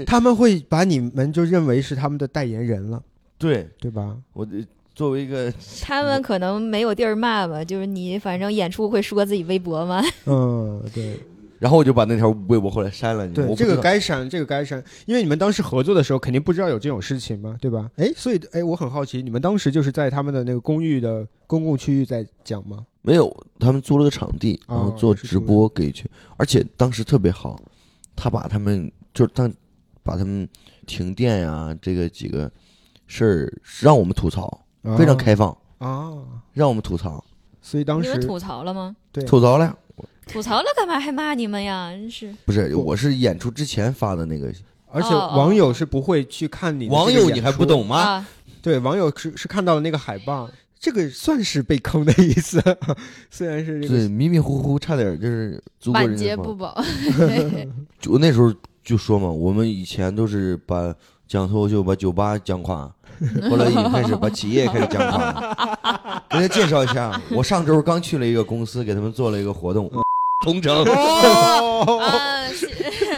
S2: 他们会把你们就认为是他们的代言人了，
S3: 对
S2: 对吧？
S3: 我作为一个
S4: 他们可能没有地儿骂吧，就是你反正演出会说自己微博吗？
S2: 嗯，对。
S3: 然后我就把那条微博后来删了。你知道
S2: 对，
S3: 吗
S2: 这个，
S3: 嗯我不知道
S2: 该删，这个该删，因为你们当时合作的时候肯定不知道有这种事情嘛，对吧？
S3: 嗯
S2: 哎，所以哎，我很好奇，你们当时就是在他们的那个公寓的公共区域在讲吗？
S3: 没有，他们租了个场地，
S2: 哦
S3: 然后做直播给去，而且当时特别好，他把他们就是当把他们停电呀、这个几个事儿让我们吐槽，嗯非常开放，
S2: 啊啊，
S3: 让我们吐槽，
S2: 所以当
S4: 你们
S2: 时
S4: 吐槽了吗？
S2: 对
S3: 吐槽了。
S4: 吐槽了干嘛还骂你们呀？真是
S3: 不是，
S2: 不
S3: 我是演出之前发的那个，
S2: 而且
S4: 哦哦
S2: 网友是不会去看你的这个演出？
S3: 吗？
S4: 啊，
S2: 对，网友是是看到了那个海报，这个算是被坑的意思， *laughs* 虽然是这
S3: 对，
S2: 个
S3: 迷迷糊糊，差点就是租过
S5: 晚
S3: 人
S5: 节
S3: 家房
S5: 不保，
S3: 就我那时候就说嘛，我们以前都是把讲脱口秀把酒吧讲垮，后来也开始把企业也开始讲垮了。给大家介绍一下，我上周刚去了一个公司，给他们做了一个活动，
S5: 嗯
S3: 同城。
S5: 啊，是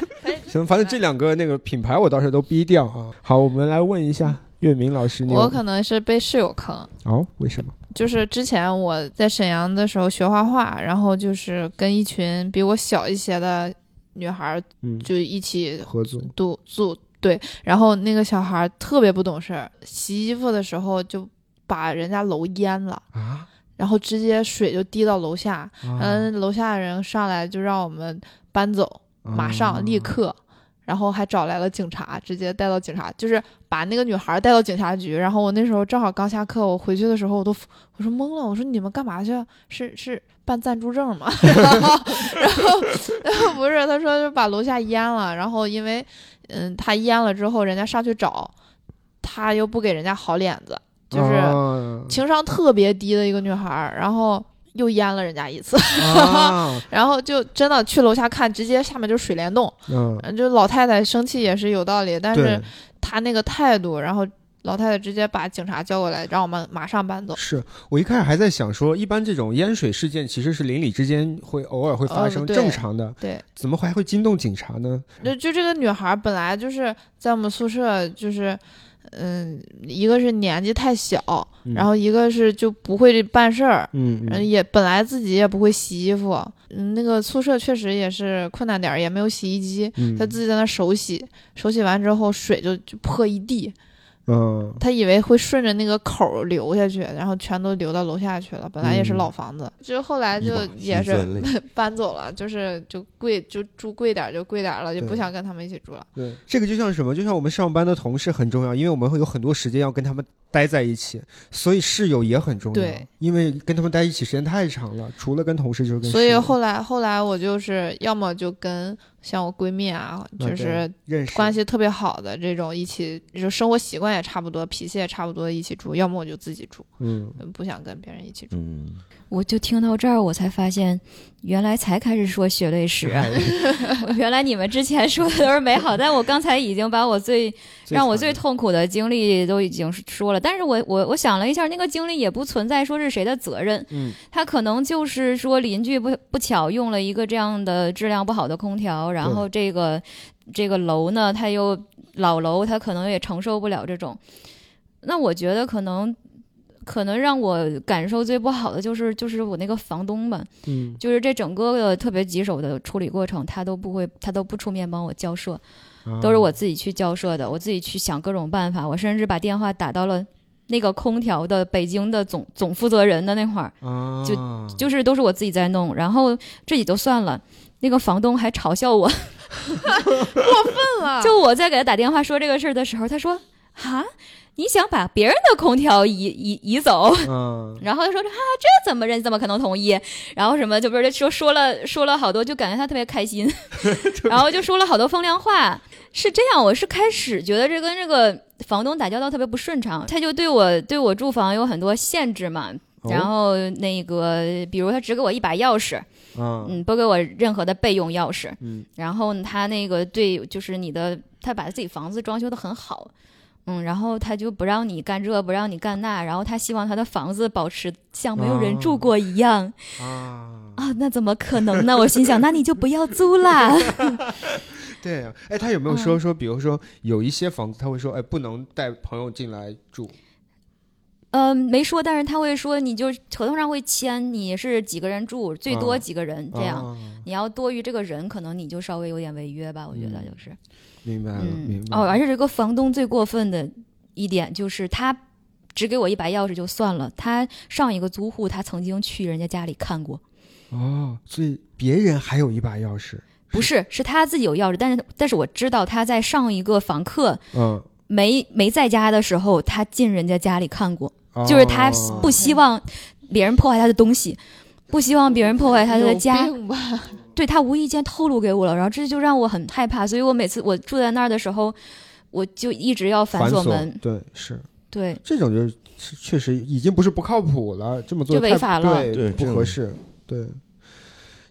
S2: *laughs* 行，反正这两个那个品牌我倒是都逼掉啊。好，我们来问一下岳明老师，你有
S5: 我可能是被室友坑。
S2: 哦，为什么？
S5: 就是之前我在沈阳的时候学画画，然后就是跟一群比我小一些的女孩儿
S2: 嗯，
S5: 就一起
S2: 合作，
S5: 住住对，然后那个小孩儿特别不懂事儿，洗衣服的时候就把人家楼淹了，
S2: 啊，
S5: 然后直接水就滴到楼下，
S2: 嗯，
S5: 嗯，楼下的人上来就让我们搬走，马
S2: 啊
S5: 上立刻，然后还找来了警察，直接带到警察，就是把那个女孩带到警察局。然后我那时候正好刚下课，我回去的时候我都我说懵了，我说你们干嘛去啊？是是办暂住证吗？ *laughs* 然后然后 *laughs* 然后不是，他说就把楼下淹了，然后因为嗯他淹了之后，人家上去找，他又不给人家好脸子，就是。 *laughs*
S2: 啊
S5: 情商特别低的一个女孩儿，然后又淹了人家一次， *laughs*
S2: 啊，
S5: 然后就真的呃去楼下看，直接下面就是水帘洞。
S2: 嗯，
S5: 嗯，就老太太生气也是有道理，但是他那个态度，然后老太太直接把警察叫过来，让我们马上搬走。
S2: 是我一开始还在想说，一般这种淹水事件其实是邻里之间会偶尔会发
S5: 呃
S2: 生，
S5: 对
S2: 正常的，
S5: 对，
S2: 怎么还会惊动警察呢？
S5: 就就这个女孩本来就是在我们宿舍，就是，嗯，一个是年纪太小，
S2: 嗯
S5: 然后一个是就不会办事儿，
S2: 嗯，
S5: 嗯，
S2: 嗯
S5: 也本来自己也不会洗衣服，嗯，那个宿舍确实也是困难点儿，也没有洗衣机，
S2: 嗯
S5: 她自己在那手洗，手洗完之后水就就泼一地，
S2: 嗯
S5: 她以为会顺着那个口儿流下去，然后全都流到楼下去了，本来也是老房子，就后来就也是 *laughs*
S3: 是
S5: 搬走了，就是就贵就住贵点儿就贵点儿了，就
S2: 对
S5: 不想跟他们一起住了。
S2: 对，这个就像什么？就像我们上班的同事很重要，因为我们会有很多时间要跟他们待在一起，所以室友也很重要
S5: 对。
S2: 因为跟他们待一起时间太长了，除了跟同事就是跟
S5: 所
S2: 室
S5: 以
S2: 友
S5: 后来后来我就是要么就跟像我闺蜜啊，
S2: 啊
S5: 就
S2: 对
S5: 是
S2: 认识
S5: 关系特别好的这种一起，就生活习惯也差不多，脾气也差不多，一起住。要么我就自己住，
S2: 嗯
S5: 嗯不想跟别人一起住。
S3: 嗯，
S4: 我就听到这儿，我才发现，原来才开始说血
S2: *laughs*
S4: 泪史啊， *laughs*
S2: 哎
S4: 原来你们之前说的都是美好，但我刚才已经把我 *laughs* 最让我最
S2: 惨
S4: 痛苦的经历都已经说了。但是我我我想了一下，那个经历也不存在说是谁的责任，
S2: 嗯
S4: 他可能就是说邻居不不巧用了一个这样的质量不好的空调，然后这个这个楼呢，它又老楼，它可能也承受不了这种。那我觉得可能可能让我感受最不好的就是就是我那个房东吧，
S2: 嗯
S4: 就是这整个的特别棘手的处理过程，他都不会他都不出面帮我交涉，
S2: 啊
S4: 都是我自己去交涉的，我自己去想各种办法，我甚至把电话打到了那个空调的北京的总总负责人的那块儿。
S2: 啊
S4: 就是都是我自己在弄，然后这也就算了。那个房东还嘲笑我，
S5: 了
S4: 就我在给他打电话说这个事儿的时候，他说：“啊，你想把别人的空调移移移走？” *laughs*
S2: 嗯
S4: 然后就说啊，这怎么人怎么可能同意？然后什么就不是说说了说了好多，就感觉他特别开心，然后就说了好多风凉话。是这样，我是开始觉得这跟这个房东打交道特别不顺畅，他就对我对我住房有很多限制嘛。
S2: 哦
S4: 然后那个，比如他只给我一把钥匙，
S2: 啊
S4: 嗯，不给我任何的备用钥匙。
S2: 嗯，
S4: 然后呢他那个对，就是你的，他把自己房子装修的很好，嗯，然后他就不让你干这，不让你干那，然后他希望他的房子保持像没有人住过一样
S2: 啊
S4: *laughs* 啊那怎么可能呢？我心想，那你就不要租啦。 *laughs*
S2: 对啊，哎，他有没有
S4: 嗯
S2: 说说，比如说有一些房子他会说，哎，不能带朋友进来住，
S4: 嗯，没说，但是他会说，你就合同上会签，你是几个人住，最多
S2: 啊
S4: 几个人这样。
S2: 啊
S4: 你要多于这个人，可能你就稍微有点违约吧，我觉得
S2: 嗯
S4: 就是。
S2: 明白了，
S4: 嗯
S2: 明，白
S4: 哦，
S2: 了
S4: 而且这个房东最过分的一点就是他只给我一把钥匙就算了，他上一个租户他曾经去人家家里看过，
S2: 哦，所以别人还有一把钥匙，
S4: 不是，是他自己有钥匙，但是但是我知道他在上一个房客
S2: 嗯，
S4: 没没在家的时候，他进人家家里看过，就是他
S2: 哦
S4: 不希望别人破坏他的东西。不希望别人破坏他的家，
S5: 有病吧？
S4: 对他无意间透露给我了，然后这就让我很害怕，所以我每次我住在那儿的时候，我就一直要反
S2: 反
S4: 锁门，
S2: 对，是
S4: 对，
S2: 这种就是是确实已经不是不靠谱了，这么做
S4: 就违
S2: 太
S4: 法了
S2: 对，
S3: 对这
S2: 不
S3: 种
S2: 合适，对。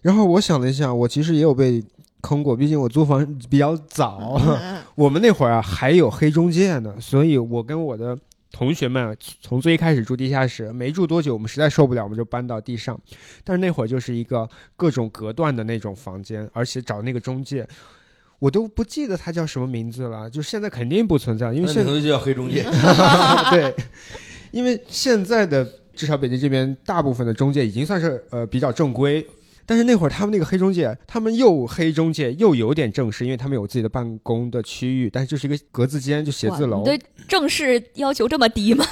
S2: 然后我想了一下，我其实也有被坑过，毕竟我租房比较早，
S5: 嗯
S2: 我们那会儿啊还有黑中介呢，所以我跟我的同学们啊从最一开始住地下室，没住多久，我们实在受不了，我们就搬到地上。但是那会儿就是一个各种隔断的那种房间，而且找那个中介，我都不记得他叫什么名字了，就现在肯定不存在，因为
S3: 那
S2: 现
S3: 可能就叫黑
S2: *laughs*
S3: 中介，
S2: 对，因为现在的至少北京这边大部分的中介已经算是呃比较正规，但是那会儿他们那个黑中介，他们又黑中介又有点正式，因为他们有自己的办公的区域，但是就是一个格子间，就写字
S4: 哇
S2: 楼
S4: 你，对正式要求这么低吗？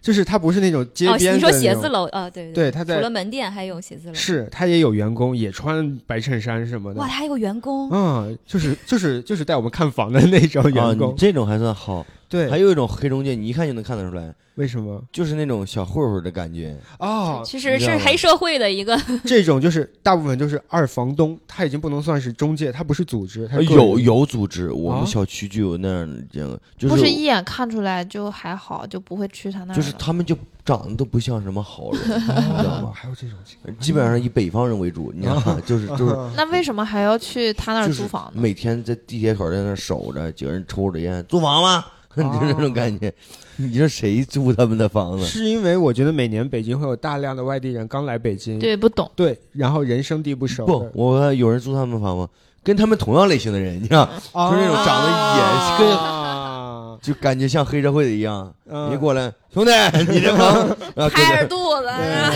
S2: 就是它不是那种街
S4: 哦，
S2: 边
S4: 你
S2: 的、
S4: 说写字，楼啊？对
S2: 对，他
S4: 除了
S2: 在
S4: 门店还有写字楼。
S2: 是他也有员工，也穿白衬衫什么的
S4: 哇，。他还有员工，
S2: 嗯，就是就是就是带我们看房的那种
S3: 啊，
S2: 员
S3: 你
S2: 工，
S3: 这种还算好。还
S2: 对，
S3: 有一种黑中介，你一看就能看得出来，
S2: 为什么？
S3: 就是那种小混混的感觉。
S2: 哦，
S4: 其实
S3: 你知道
S4: 是
S3: 吗
S4: 黑社会的一个。
S2: *laughs* 这种就是大部分就是二房东，他已经不能算是中介，他不是组织，他是个人
S3: 哎有有组织，我
S2: 啊
S3: 们小区就有那样的这样，就
S5: 不
S3: 是
S5: 是啊一眼看出来就还好，就不会去他那儿了。
S3: 就是他们就长得都不像什么好人，你知道
S2: 哦 *laughs*
S3: 吗？
S2: 还有这种情况，
S3: 基本上以北方人为主，你看
S2: 啊，
S3: 就是就是
S5: 那为什么还要去他那儿
S3: 就
S5: 租
S3: 是
S5: 房呢？
S3: 每天在地铁口在那儿守着，几个人抽着烟，租房吗？ *laughs* 就是那种感觉。你说谁住他们的房
S2: *laughs*
S3: 子？
S2: 哦是因为我觉得每年北京会有大量的外地人刚来北京，
S5: 对，不懂，
S2: 对然后人生地不熟
S3: 不，我看有人住他们房吗？跟他们同样类型的人，你知道，
S2: 啊
S3: 就是那种长得也跟
S2: 啊
S3: 就感觉像黑社会的一样。
S2: 嗯
S3: 你过来，兄弟，你这房，
S2: *laughs*
S4: *laughs*
S3: 啊，
S4: 拍
S3: 对
S4: 着
S3: 对
S4: 肚子，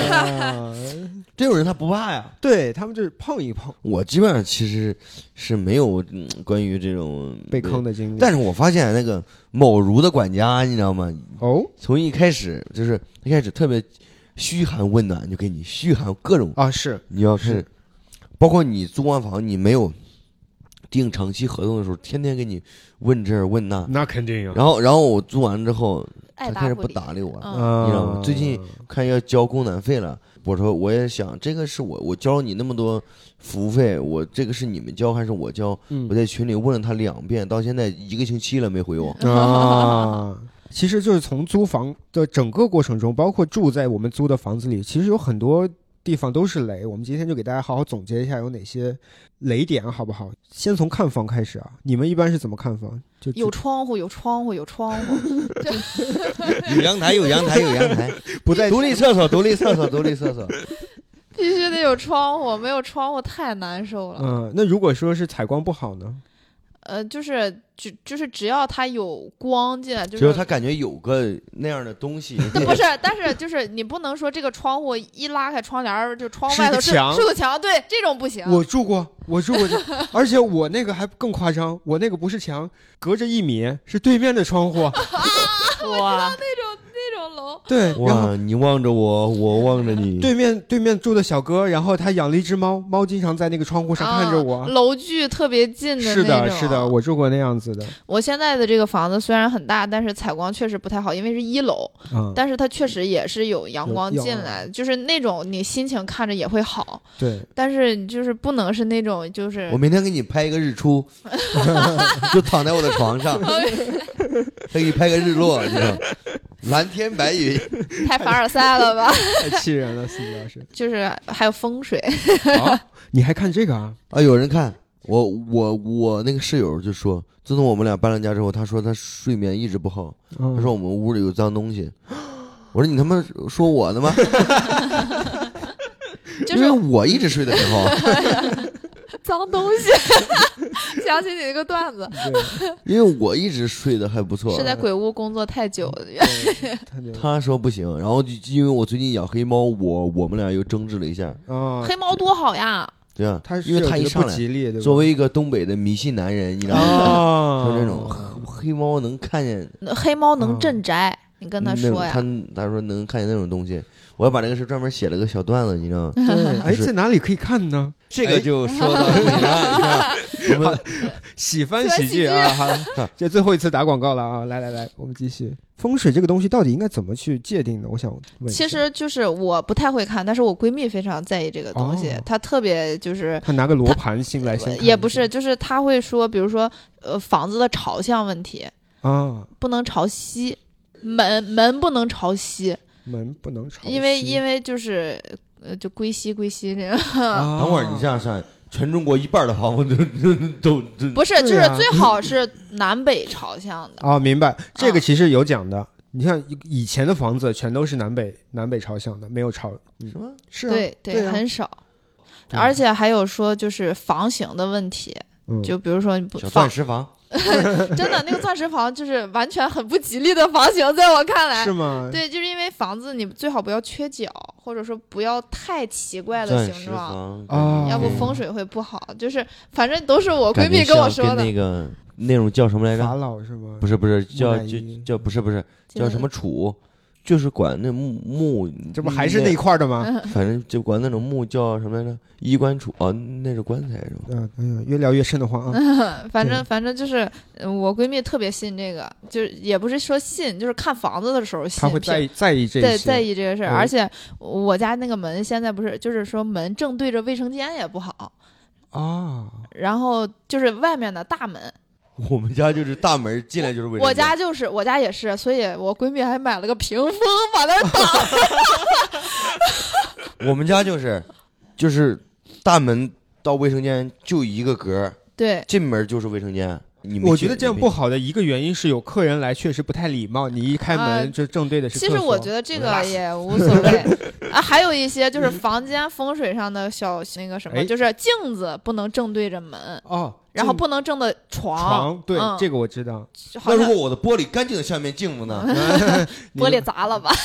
S2: 啊
S3: 这种人他不怕呀。
S2: *laughs* 对他们就是碰一碰
S3: 我基本上其实是没有嗯关于这种
S2: 被坑，的经历，
S3: 但是我发现那个某如的管家，你知道吗？
S2: 哦
S3: 从一开始就是一开始特别嘘寒问暖，就给你嘘寒各种
S2: 啊是
S3: 你要是，包括你租完房，你没有定长期合同的时候，天天给你问这儿问那，
S2: 那肯定呀
S3: 然后然后我租完之后，
S5: 爱
S3: 他
S5: 搭
S3: 开始
S5: 不
S3: 不
S5: 理
S3: 搭理我了，
S5: 嗯
S2: 啊
S3: 你知道吗最近看要交供暖费了。我说我也想，这个是我我交你那么多服务费，我这个是你们交还是我交？
S2: 嗯
S3: 我在群里问了他两遍，到现在一个星期了没回我。
S2: 啊。
S5: *laughs*
S2: 其实就是从租房的整个过程中，包括住在我们租的房子里，其实有很多地方都是雷。我们今天就给大家好好总结一下有哪些雷点，好不好？先从看房开始啊，你们一般是怎么看房？ *laughs* 就
S5: 有窗户，有窗户，有
S2: *laughs*
S5: 窗户，
S3: *laughs* 有阳台，有阳台，有阳 *laughs* 台，
S2: 不在
S3: 独立厕所，独立厕所，独立厕所。
S5: *laughs* 必须得有窗户，没有窗户太难受了。
S2: 嗯、那如果说是采光不好呢？
S5: 呃，就是只就是只要它有光进来，就
S3: 就是
S5: 是
S3: 他感觉有个那样的东西，
S5: 那不是，但是就是你不能说这个窗户一拉开窗帘儿，就窗
S2: 是
S5: 外
S2: 个
S5: 头
S2: 墙
S5: 是个墙，对，这种不行。
S2: 我住过，我住过这，而且我那个还更夸张，我那个不是墙，隔着一米是对面的窗 *laughs* 户，啊
S4: 哇，
S5: 这种楼，
S2: 对，然后
S3: 哇，你望着我，我望着你，
S2: 对面对面住的小哥，然后他养了一只猫，猫经常在那个窗户上看着我。
S5: 啊、楼距特别近的
S2: 是的，
S5: 那种啊
S2: 是的，我住过那样子
S5: *laughs*
S2: 的。
S5: 我现在的这个房子虽然很大，但是采光确实不太好，因为是一楼，
S2: 嗯，
S5: 但是它确实也是有阳
S2: 有
S5: 光
S2: 有
S5: 进
S2: 啊
S5: 来，就是那种你心情看着也会好， *laughs*
S2: 对，
S5: 但是你就是不能是那种就是
S3: 我明天给你拍一个日出，就躺在我的床上，
S5: 哎
S3: 再给你拍个日落，你知道吗，蓝天白云，
S5: 太凡尔赛了吧？
S2: 太气人了，司机老师。
S5: 就是还有风水，
S2: 你还看这个啊？
S3: 啊，有人看我，我我那个室友就说，自从我们俩搬了家之后，他说他睡眠一直不好，
S2: 嗯
S3: 他说我们屋里有脏东西。我说你他妈说我呢吗？
S5: 就
S3: 因为
S5: 是
S3: 我一直睡得很好，
S5: 脏东西。 *laughs* 想起你那个段子，
S3: 因为我一直睡得还不错。
S5: 是在鬼屋工作太久
S2: 嗯
S5: 了，
S2: 对他就
S3: 他说不行，然后就因为我最近养黑猫，我我们俩又争执了一下，
S5: *laughs*
S2: 啊，
S5: 黑猫多好呀！
S3: 对啊，
S2: 他是
S3: 因为他
S2: 有觉
S3: 一
S2: 得
S3: 上
S2: 不
S3: 来，
S2: 吉利，对吧？
S3: 作为一个东北的迷信男人，你知道吗？
S2: 啊，
S3: *laughs* 就这种黑黑猫能看见，
S5: 那黑猫能
S2: 嗯
S5: 镇宅，你跟他
S3: 嗯那种
S5: 说呀
S3: 他。他说能看见那种东西，我还把这个事专门写了个小段子，你知道吗？
S2: 对，哎，
S3: 就是
S2: 在哪里可以看呢？哎
S3: 这个就说到你 *laughs*
S2: 哦
S3: 了，你看我们
S2: *laughs* 喜翻喜剧啊，哈，这最后一次打广告了啊！来来来，我们继续。风水这个东西到底应该怎么去界定呢？我想问一下。
S5: 其实就是我不太会看，但是我闺蜜非常在意这个东西，
S2: 哦
S5: 她特别就是
S2: 他拿个罗盘先来先看一下，
S5: 也不是，就是她会说，比如说呃房子的朝向问题，
S2: 啊，
S5: 不能朝西，门门不能朝西，
S2: 门不能朝西，
S5: 因为因为就是呃就归西归西这样，
S2: 啊
S3: 等会儿你这样算，全中国一半的房子都都都都
S5: *laughs* 不是，就
S2: 对
S5: 是
S2: 啊
S5: 最好是南北朝向的。啊
S2: 哦，明白，这个其实有讲的。你看以前的房子全都是南北南北朝向的，没有朝
S3: 什么？
S2: 是啊，
S5: 对
S2: 对啊
S5: 很少，
S2: 对啊
S5: 而且还有说就是房型的问题，
S2: 嗯
S5: 就比如说你不
S3: 小
S5: 房
S3: 钻石房，
S5: *laughs* 真的，那个钻石房就是完全很不吉利的房型，在我看来
S2: 是。吗？
S5: 对，就是因为房子你最好不要缺角，或者说不要太奇怪的
S3: 钻
S5: 形
S3: 石
S5: 状，
S3: 房
S2: 啊
S5: 要不
S2: 对
S5: 风水会不好。就是反正都是我
S3: 感
S5: 闺蜜
S3: 觉
S5: 跟我
S3: 像
S5: 说的
S3: 那，个那种叫什么来着
S2: 法？老是吗？
S3: 不是不是叫
S2: 乃
S3: 就
S2: 伊
S3: 叫不是不是
S5: 就
S3: 叫
S5: *laughs*
S3: 什么楚，就是管那木木，
S2: 这不还是那一块儿的吗？
S5: *laughs*
S3: 反正就管那种木叫什么来着？衣冠楚啊，那是棺材是 *laughs* 吧？
S2: 嗯嗯，越聊越深的话啊，
S5: 反
S2: 对
S5: 正反正就是呃我闺蜜特别信这个，就是也不是说信，就是看房子的时候信。
S2: 他会在意在意这
S5: 对
S2: 些，
S5: 在意这个事儿，
S2: 嗯
S5: 而且我家那个门现在不是，就是说门正对着卫生间也不
S2: 哦
S5: 好，
S2: 啊。
S5: 然后就是外面的大门，
S3: 我们家就是大门进来就是卫生间
S5: 我家就是我家也是，所以我闺蜜还买了个屏风把那儿
S2: 哦
S5: 挡。
S3: 我们家就是就是大门到卫生间就一个格儿，
S5: 对
S3: 进门就是卫生间，你没
S2: 我
S3: 去
S2: 觉得这样不。好的一个原因是有客人来确实不太礼貌，你一开
S5: 啊
S2: 门就正对的是嗯
S5: 其
S2: 厕
S5: 实
S2: 所。
S5: 我觉得这
S2: *laughs*
S5: 个也无所谓啊，还有一些就是房间风水上的小那个什
S2: 嗯
S5: 么，
S2: 哎
S5: 就是镜子不能正对着门，
S2: 哦，
S5: 然后
S2: 这
S5: 不能正的床，
S2: 床对
S5: 嗯
S2: 这个我知道，
S5: 好
S3: 那如
S5: 像
S3: 果我的玻璃干净的像面镜子 *laughs* 呢？
S5: 玻璃砸了吧？
S2: *laughs*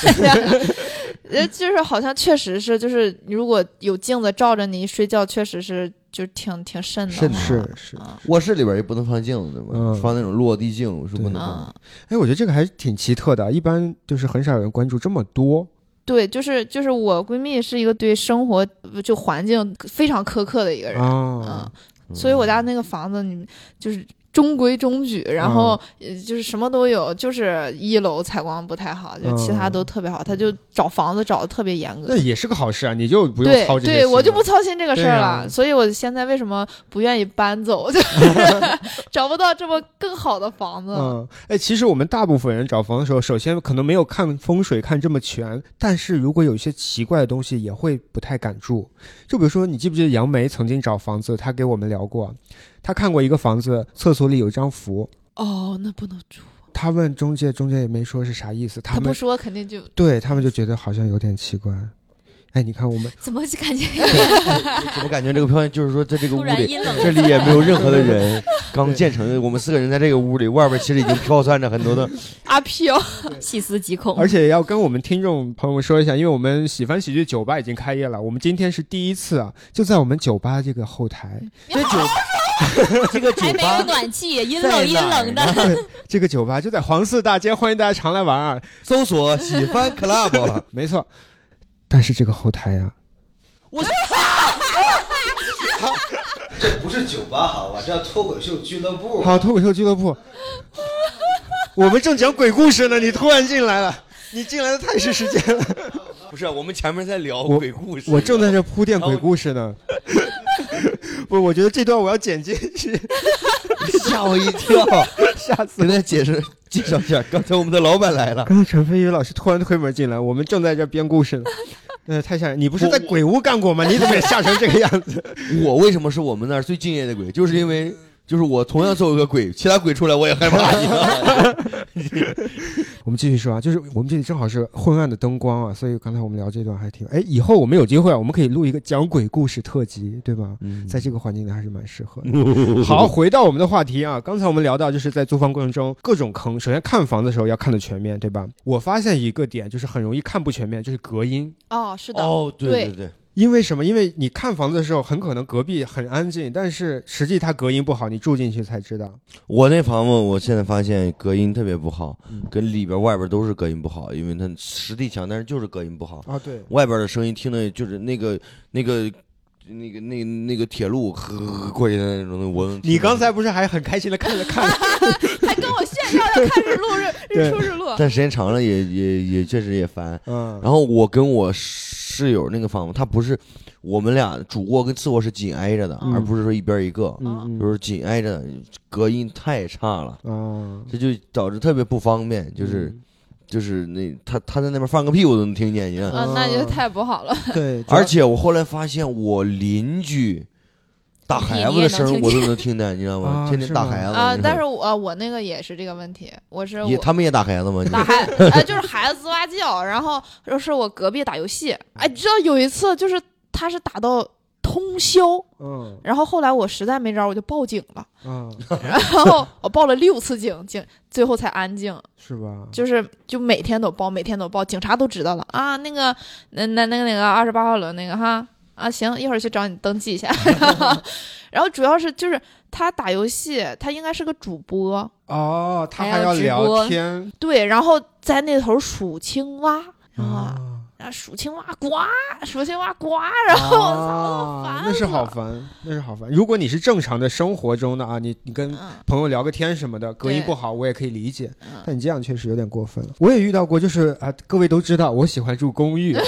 S5: 呃，就是好像确实是，就是如果有镜子照着你睡觉，确实是就挺挺瘆的。
S3: 瘆的
S2: 是是，
S5: 啊，
S3: 卧室里边也不能放镜子的嘛，
S2: 嗯
S3: 放那种落地镜是不能放
S5: 嗯
S3: 的。，
S2: 哎，我觉得这个还挺奇特的，啊一般就是很少有人关注这么多。
S5: 对，就是就是我闺蜜是一个对生活就环境非常苛刻的一个人，
S2: 啊，
S3: 嗯
S5: 所以我家那个房子，你就是中规中矩，然
S2: 啊
S5: 后呃就是什么都有，就是一楼采光不太好，就其他
S2: 嗯
S5: 都特别好。他就找房子找的特别严
S2: 那
S5: 格。
S2: 也是个好事啊，你就不用
S5: 对
S2: 操这些
S5: 对，我就
S2: 心
S5: 不
S2: 了
S5: 操心这个事儿
S2: 对
S5: 了，
S2: 啊
S5: 所以我现在为什么不愿意搬
S2: *laughs*
S5: 走， *laughs* 就是找不到这么更好的房子。
S2: 嗯，哎，其实我们大部分人找房的时候，首先可能没有看风水看这么全，但是如果有一些奇怪的东西，也会不太敢住。就比如说，你记不记得杨梅曾经找房子，她给我们聊过，她看过一个房子，厕所里有一张符，
S5: 哦，那不能住，
S2: 她问中介，中介也没说是啥意思，
S5: 他
S2: 他
S5: 不
S2: 们
S5: 说肯定就
S2: 对他们就觉得好像有点奇怪。哎，你看我们
S4: 怎么就感觉
S3: 怎么感觉这个漂亮？就是说，在这个
S1: 突
S3: 屋
S1: 然
S3: 里，
S1: 阴冷
S3: 这里也没有任何的 *laughs* 人，刚建成的。我们四个人在这个屋里，外边其实已经飘散着很多
S4: *laughs*
S3: 的。
S5: 阿飘。
S4: *laughs* 细思极恐？
S2: 而且要跟我们听众朋友们说一下，因为我们喜欢喜剧酒吧已经开业了，我们今天是第一次啊，就在我们酒吧这个后台，这酒
S3: 这个
S4: 还
S3: 酒
S4: 没有
S3: 吧
S4: 暖气，阴冷阴
S2: *laughs*
S4: 冷的。
S2: 对，这个酒吧就在黄四大街，欢迎大家常来玩啊！
S3: 搜索喜欢 club，
S2: 没错，但是这个后台啊呀、
S6: *laughs* 这不是酒吧好啊吧？这叫脱口秀俱乐部。
S2: 好，脱口秀俱乐部，我们正讲鬼故事呢，你突然进来了，你进来的太是时间了，
S3: *laughs* 不是啊我们前面在聊
S2: 我
S3: 鬼故事，
S2: 我正在这铺垫鬼故事 *laughs* 呢。不，我觉得这段我要剪进去，
S3: *laughs* 吓我一跳，
S2: 吓死
S3: 给
S2: 我！
S3: 大家解释介 *laughs* 绍一下，刚才我们的老板来了。
S2: 刚才陈飞宇老师突然推门进来，我们正在这编故事呢。呃，太吓人！你不是在鬼屋干过吗？你怎么也吓成这个样子？
S3: 我为什么是我们那儿最敬业的鬼？就是因为就是我同样作为一个鬼，其他鬼出来我也害 *laughs* 怕你了。
S2: *laughs* 我们继续说啊，就是我们这里正好是昏暗的灯光啊，所以刚才我们聊这段还挺……哎，以后我们有机会啊，我们可以录一个讲鬼故事特辑，对吧？
S3: 嗯
S2: 在这个环境里还是蛮适合
S3: *laughs*
S2: 的。好，回到我们的话题啊，刚才我们聊到就是在租房过程中各种坑，首先看房的时候要看的全面，对吧？我发现一个点就是很容易看不全面，就是隔音。
S5: 哦，是的，
S3: 哦，
S5: 对
S3: 对对，
S2: 因为什么？因为你看房子的时候，很可能隔壁很安静，但是实际它隔音不好，你住进去才知道。
S3: 我那房子我现在发现隔音特别不好，
S2: 嗯
S3: 跟里边外边都是隔音不好，因为它实地墙，但是就是隔音不好，
S2: 啊，对，
S3: 外边的声音听着就是那个那个。那个、那、那个铁路呵过去的那种，我能听
S2: 你
S3: 着
S2: 刚才，不是还很开心的看着
S3: *laughs*
S2: 看着？
S5: 还跟我炫耀要看日
S2: *laughs*
S5: 落日
S2: 对
S5: 日出日落。
S3: 但时间长了也也也确实也烦。
S2: 嗯，
S3: 然后我跟我室友那个房子，他不是我们俩主卧跟次卧是紧挨着的，
S2: 嗯
S3: 而不是说一边一个，
S2: 嗯
S3: 就是紧挨着的，隔音太差了，
S2: 嗯啊，哦嗯
S3: 这就导致特别不方便，就是、就是那他他在那边放个屁我都能听见，你看。
S5: 啊，那
S2: 嗯
S5: 就太不好了。
S2: 对，主要
S3: 而且我后来发现，我邻居打孩子的声儿
S4: 你
S3: 我
S4: 也
S3: 都能听见，你知道吗？
S2: 啊
S3: 天天打孩子
S5: 啊，
S3: 你说
S5: 但是我我那个也是这个问题，我是
S3: 也
S5: 我
S3: 他们也打孩子吗？你
S5: 打孩呃就是孩子吱哇叫，然后就是我隔壁打游戏，哎，你知道有一次就是他是打到通宵，
S2: 嗯
S5: 然后后来我实在没招儿，我就报警了，
S2: 啊，
S5: 然后我报了六次警，警最后才安静，
S2: 是吧？
S5: 就是就每天都报，每天都报，警察都知道了啊，那个那那那个那个二十八号楼那个哈。啊，行，一会儿去找你登记一下。 *laughs* 然后，然后主要是就是他打游戏，他应该是个主播，
S2: 哦，他
S4: 还
S2: 还
S4: 要
S2: 要
S4: 直播
S2: 聊天
S5: 对，然后在那头数青蛙，然后 *laughs* 啊
S2: 啊，
S5: 啊数青蛙呱，数青蛙呱，然后我操，
S2: 啊
S5: 烦
S2: 那是
S5: 死
S2: 好
S5: 了
S2: 烦，那是好烦。如果你是正常的生活中的啊，你你跟
S5: 嗯
S2: 朋友聊个天什么的，隔音
S5: 对
S2: 不好我也可以理解，
S5: 嗯，
S2: 但你这样确
S5: *laughs*
S2: 实有点过分了。我也遇到过，就是啊，各位都知道我喜欢住公寓， *laughs*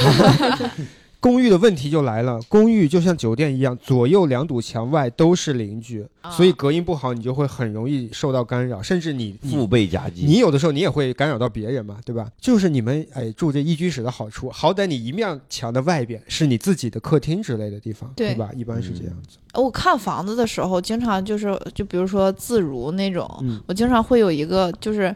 S2: 公寓的问题就来了，公寓就像酒店一样，左右两堵墙外都是邻居，
S5: 啊
S2: 所以隔音不好，你就会很容易受到干扰，甚至你你
S3: 腹背夹击。
S2: 你有的时候你也会干扰到别人嘛，对吧？就是你们哎住这一居室的好处，好歹你一面墙的外边是你自己的客厅之类的地方，对
S5: 对
S2: 吧？一般是
S3: 嗯
S2: 这样子。
S5: 我看房子的时候，经常就是就比如说自如那种，
S2: 嗯
S5: 我经常会有一个就是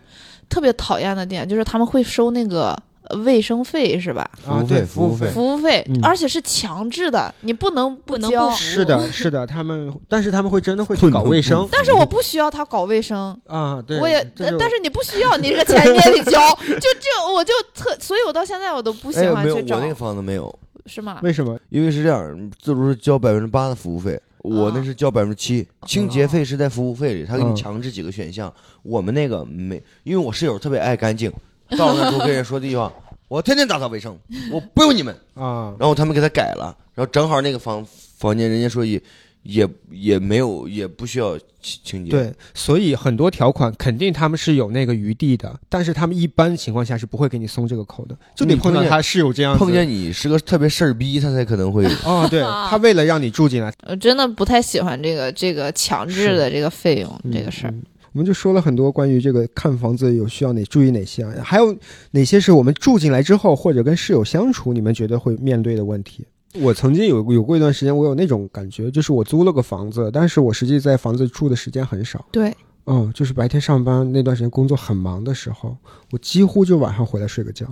S5: 特别讨厌的点，就是他们会收那个呃卫生费是吧？
S3: 服务
S2: 啊，
S3: 费
S2: 对，服
S3: 服务费
S5: 服务费，
S2: 嗯
S5: 而且是强制的，你不能
S4: 不能
S5: 交
S4: 不。服
S2: 是的，是的，他们但是他们会真的会去
S3: 寸
S2: 搞
S3: 头
S2: 卫
S3: 不
S2: 生
S3: 服
S5: *laughs* 但是我不需要他搞卫生，
S2: 啊，对，
S5: 我也，
S2: 这
S5: 呃
S2: 就
S5: 但是你不需要，你这个钱你也得交，
S2: *laughs*
S5: 就就我就特，所以我到现在我都不喜
S3: 哎，
S5: 欢
S3: 没有，
S5: 去
S3: 我
S5: 找，
S3: 那个房子没有，
S5: 是吗？
S2: 为什么？
S3: 因为是这样，自如是交百分之八的服务费，我那
S5: 啊哦
S3: 是交百分之七，清洁费是在服务费里，他给
S2: 嗯
S3: 你强制几个选项。我们那个没，因为我室友特别爱干净，到了那都跟人说地方， *laughs* 我天天打扫卫生，我不用你们。
S2: 啊，
S3: 然后他们给他改了，然后正好那个房房间人家说也也也没有也不需要清清洁，，
S2: 对，所以很多条款肯定他们是有那个余地的，但是他们一般情况下是不会给你松这个口的，就得
S3: 你
S2: 碰到
S3: 碰见
S2: 他室友这样子
S3: 碰见你是个特别事儿逼，他才可能会。
S2: 哦，
S5: *laughs*
S2: 对他为了让你住进来，
S5: 我真的不太喜欢这个这个强制的这个费用这个事儿。
S2: 嗯嗯我们就说了很多关于这个看房子有需要哪注意哪些啊，还有哪些是我们住进来之后或者跟室友相处，你们觉得会面对的问题。我曾经有有过一段时间，我有那种感觉，就是我租了个房子，但是我实际在房子住的时间很少。
S5: 对，
S2: 嗯，就是白天上班那段时间工作很忙的时候，我几乎就晚上回来睡个觉。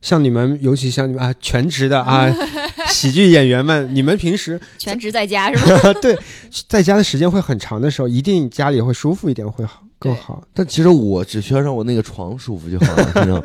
S2: 像你们，尤其像你们啊，全职的
S5: *laughs*
S2: 啊，喜剧演员们，你们平时
S4: 全职在家是吧？
S2: *laughs* 对在家的时间会很长的时候，一定家里会舒服一点，会好更好。
S3: 但其实我只需要让我那个床舒服就好了，真的，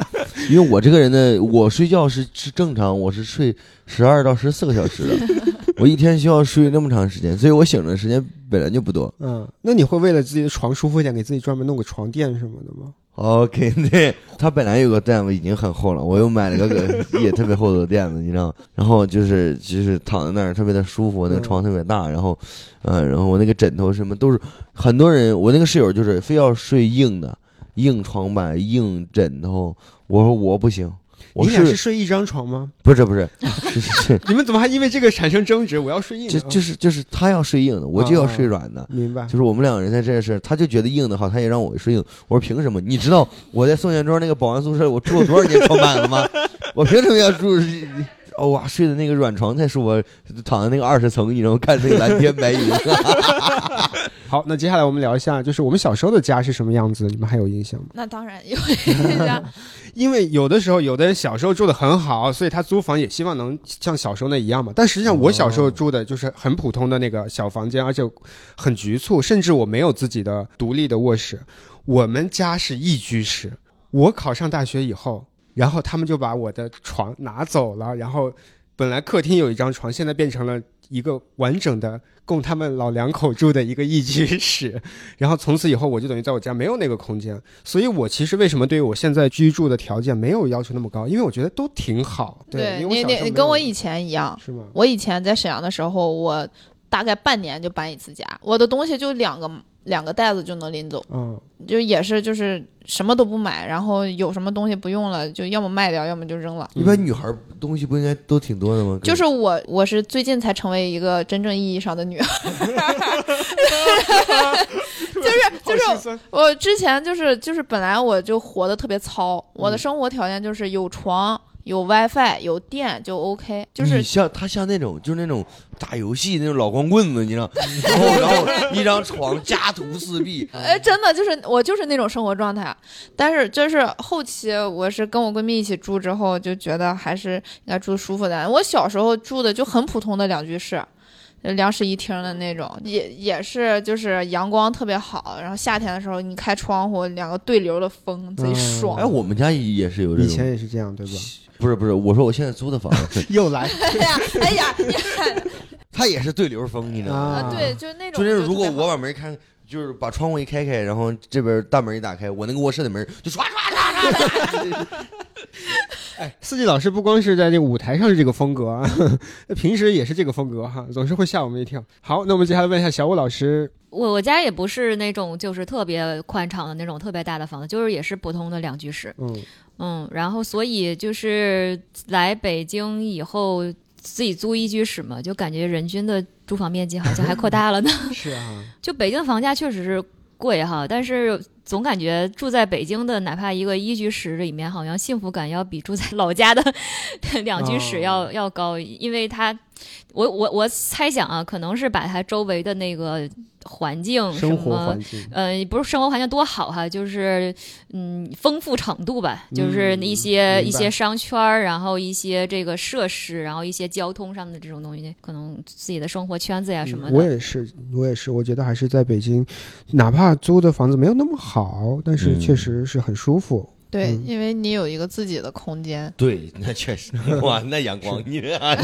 S3: 因为我这个人呢，我睡觉是是正常，我是睡十二到十四个小时的，我一天需要睡那么长时间，所以我醒的时间本来就不多。
S2: 嗯，那你会为了自己的床舒服一点，给自己专门弄个床垫什么的吗？
S3: OK，对， *laughs* 它本来有个垫子已经很厚了，我又买了个个也特别厚的垫子，你知道吗？然后就是就是躺在那儿特别的舒服，那个床特别大，然后，嗯、然后我那个枕头什么都是很多人，我那个室友就是非要睡硬的，硬床板、硬枕头，我说我不行，我
S2: 你俩是
S3: 是
S2: 睡一张床吗？
S3: 不是不 *laughs* 是是是
S2: *laughs*
S3: 是，
S2: 你们怎么还因为这个产生争执？我要睡硬
S3: 就
S2: 的，
S3: 就是就是他要睡硬的，我就
S2: 嗯
S3: 要睡软的，
S2: 明白。
S3: 就是我们两个人在这件事，他就觉得硬的好，他也让我睡硬。我说凭什么？你知道我在宋贤庄那个保安宿舍，我住了多少年床板了吗？我凭什么要住？哦哇，睡的那个软床太舒服了，躺在那个二十层，你然后看那个蓝天白云。
S2: 好，那接下来我们聊一下，就是我们小时候的家是什么样子，你们还有印象吗？
S5: 那当然有
S2: *laughs*
S5: 一家，
S2: 因为有的时候，有的人小时候住的很好，所以他租房也希望能像小时候那一样嘛。但实际上，我小时候住的就是很普通的那个小房间，而且很局促，甚至我没有自己的独立的卧室。我们家是一居室。我考上大学以后，然后他们就把我的床拿走了，然后本来客厅有一张床，现在变成了一个完整的供他们老两口住的一个一居室。然后从此以后，我就等于在我家没有那个空间，所以我其实为什么对于我现在居住的条件没有要求那么高，因为我觉得都挺好。
S5: 对
S2: 因
S5: 你
S2: 为
S5: 你
S2: 小时候
S5: 你
S2: 没
S5: 跟
S2: 有
S5: 我以前一样，
S2: 是吗？
S5: 我以前在沈阳的时候，我大概半年就搬一次家，我的东西就两个两个袋子就能拎走，
S2: 嗯，
S5: 就也是就是什么都不买，然后有什么东西不用了，就要么卖掉，要么就扔了。
S2: 嗯
S3: 一般女孩东西不应该都挺多的吗？
S5: 就是我，我是最近才成为一个真正意义上的女孩， *laughs* 就是就是
S2: 好心酸
S5: 我之前就是就是本来我就活得特别糙，
S2: 嗯
S5: 我的生活条件就是有床、有 WiFi、有电就 OK，就是
S2: 嗯
S3: 你像他像那种就是那种打游戏那种老光棍子，你知道？然后然后一张床，家徒四壁。
S5: 哎，真的就是我就是那种生活状态，但是就是后期我是跟我闺蜜一起住之后，就觉得还是应该住舒服的。我小时候住的就很普通的两居室，就两室一厅的那种，也也是就是阳光特别好，然后夏天的时候你开窗户，两个对流的风贼
S2: 嗯
S5: 爽。
S3: 哎，我们家也是有这
S2: 以前
S3: 种。
S2: 也是这样，对吧？
S3: 不是不是，我说我现在租的房，
S2: *laughs* 又来
S5: 哎呀 *laughs* 哎呀，你
S3: 它也是对流风，你知道吗？
S5: 啊
S2: 啊！
S5: 对，就是那种
S3: 就
S5: 就是是
S3: 如果我把门开，就是把窗户一开开，然后这边大门一打开，我那个卧室的门就唰唰唰唰唰，
S2: 四季老师不光是在这个舞台上是这个风格啊， *laughs* 平时也是这个风格哈，总是会吓我们一跳。好，那我们接下来问一下小武老师，
S4: 我我家也不是那种就是特别宽敞的那种特别大的房子，就是也是普通的两居室。
S2: 嗯，
S4: 嗯，然后所以就是来北京以后，自己租一居室嘛，就感觉人均的住房面积好像还扩大了呢。 *laughs*
S2: 是啊，
S4: 就北京房价确实是贵哈，但是总感觉住在北京的哪怕一个一居室里面，好像幸福感要比住在老家的 *laughs* 两居室要、
S2: 哦
S4: 要高，因为它，我我我猜想啊，可能是把它周围的那个环境嗯什
S2: 生活
S4: 么
S2: 环境，
S4: 呃，不是生活环境多好哈，就是嗯，丰富程度吧，就是
S2: 嗯
S4: 一些、
S2: 明
S4: 一些
S2: 白
S4: 商圈儿，然后一些这个设施，然后一些交通上的这种东西，可能自己的生活圈子呀啊什么
S2: 嗯我
S4: 的。
S2: 也是，我也是，我觉得还是在北京，哪怕租的房子没有那么好，但是
S3: 嗯
S2: 确实是很舒服。
S5: 对，
S2: 嗯
S5: 因为你有一个自己的空间，
S3: 对，那确 *laughs* 实，哇，那阳光，你啊，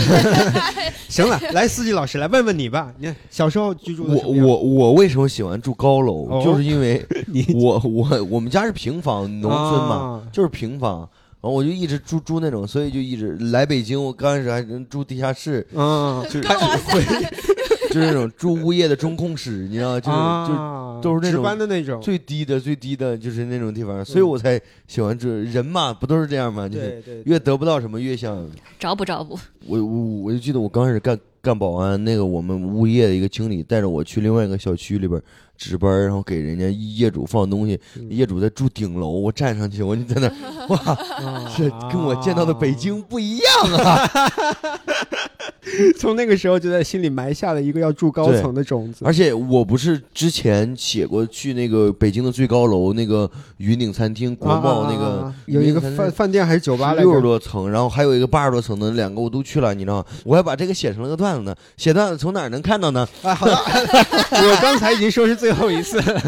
S2: 行了，来司机老师来问问你吧，你看小时候居住的
S3: 我
S2: 什么样
S3: 我我为什么喜欢住高楼？
S2: 哦
S3: 就是因 *laughs* 为
S2: 你
S3: 我我我们家是平房，农村嘛，
S2: 啊
S3: 就是平房，然后我就一直住住那种，所以就一直来北京，我刚开始还能住地下室，
S2: 嗯，
S3: 就是会 *laughs* 就是那种住物业的中控室，你知道，就是、就是
S2: 啊
S3: 都是那
S2: 值
S3: 种
S2: 班的那种，
S3: 最低的最低的就是那种地方，所以我才喜欢住。人嘛，不都是这样吗？就是
S2: 对对，
S3: 越得不到什么越想
S4: 找补找补，
S3: 我我我就记得我刚开始干干保安，那个我们物业的一个经理带着我去另外一个小区里边值班，然后给人家业主放东西，
S2: 嗯
S3: 业主在住顶楼，我站上去，我就在那儿，哇， *laughs*
S2: 啊
S3: 这跟我见到的北京不一样啊！
S2: 从那个时候就在心里埋下了一个要住高
S3: 对
S2: 层的种子。
S3: 而且我不是之前写过去那个北京的最高楼那个云顶餐厅国贸
S2: 啊啊
S3: 那
S2: 啊
S3: 个
S2: 啊有一个
S3: 云顶餐厅
S2: 饭饭店还是酒吧来着
S3: 六十多层，然后还有一个八十多层的，两个我都去了，你知道吗？我还把这个写成了个段子呢。写段子从哪儿能看到呢？
S2: 啊，好了， *laughs* 我刚才已经说是最后一次 *laughs* 了。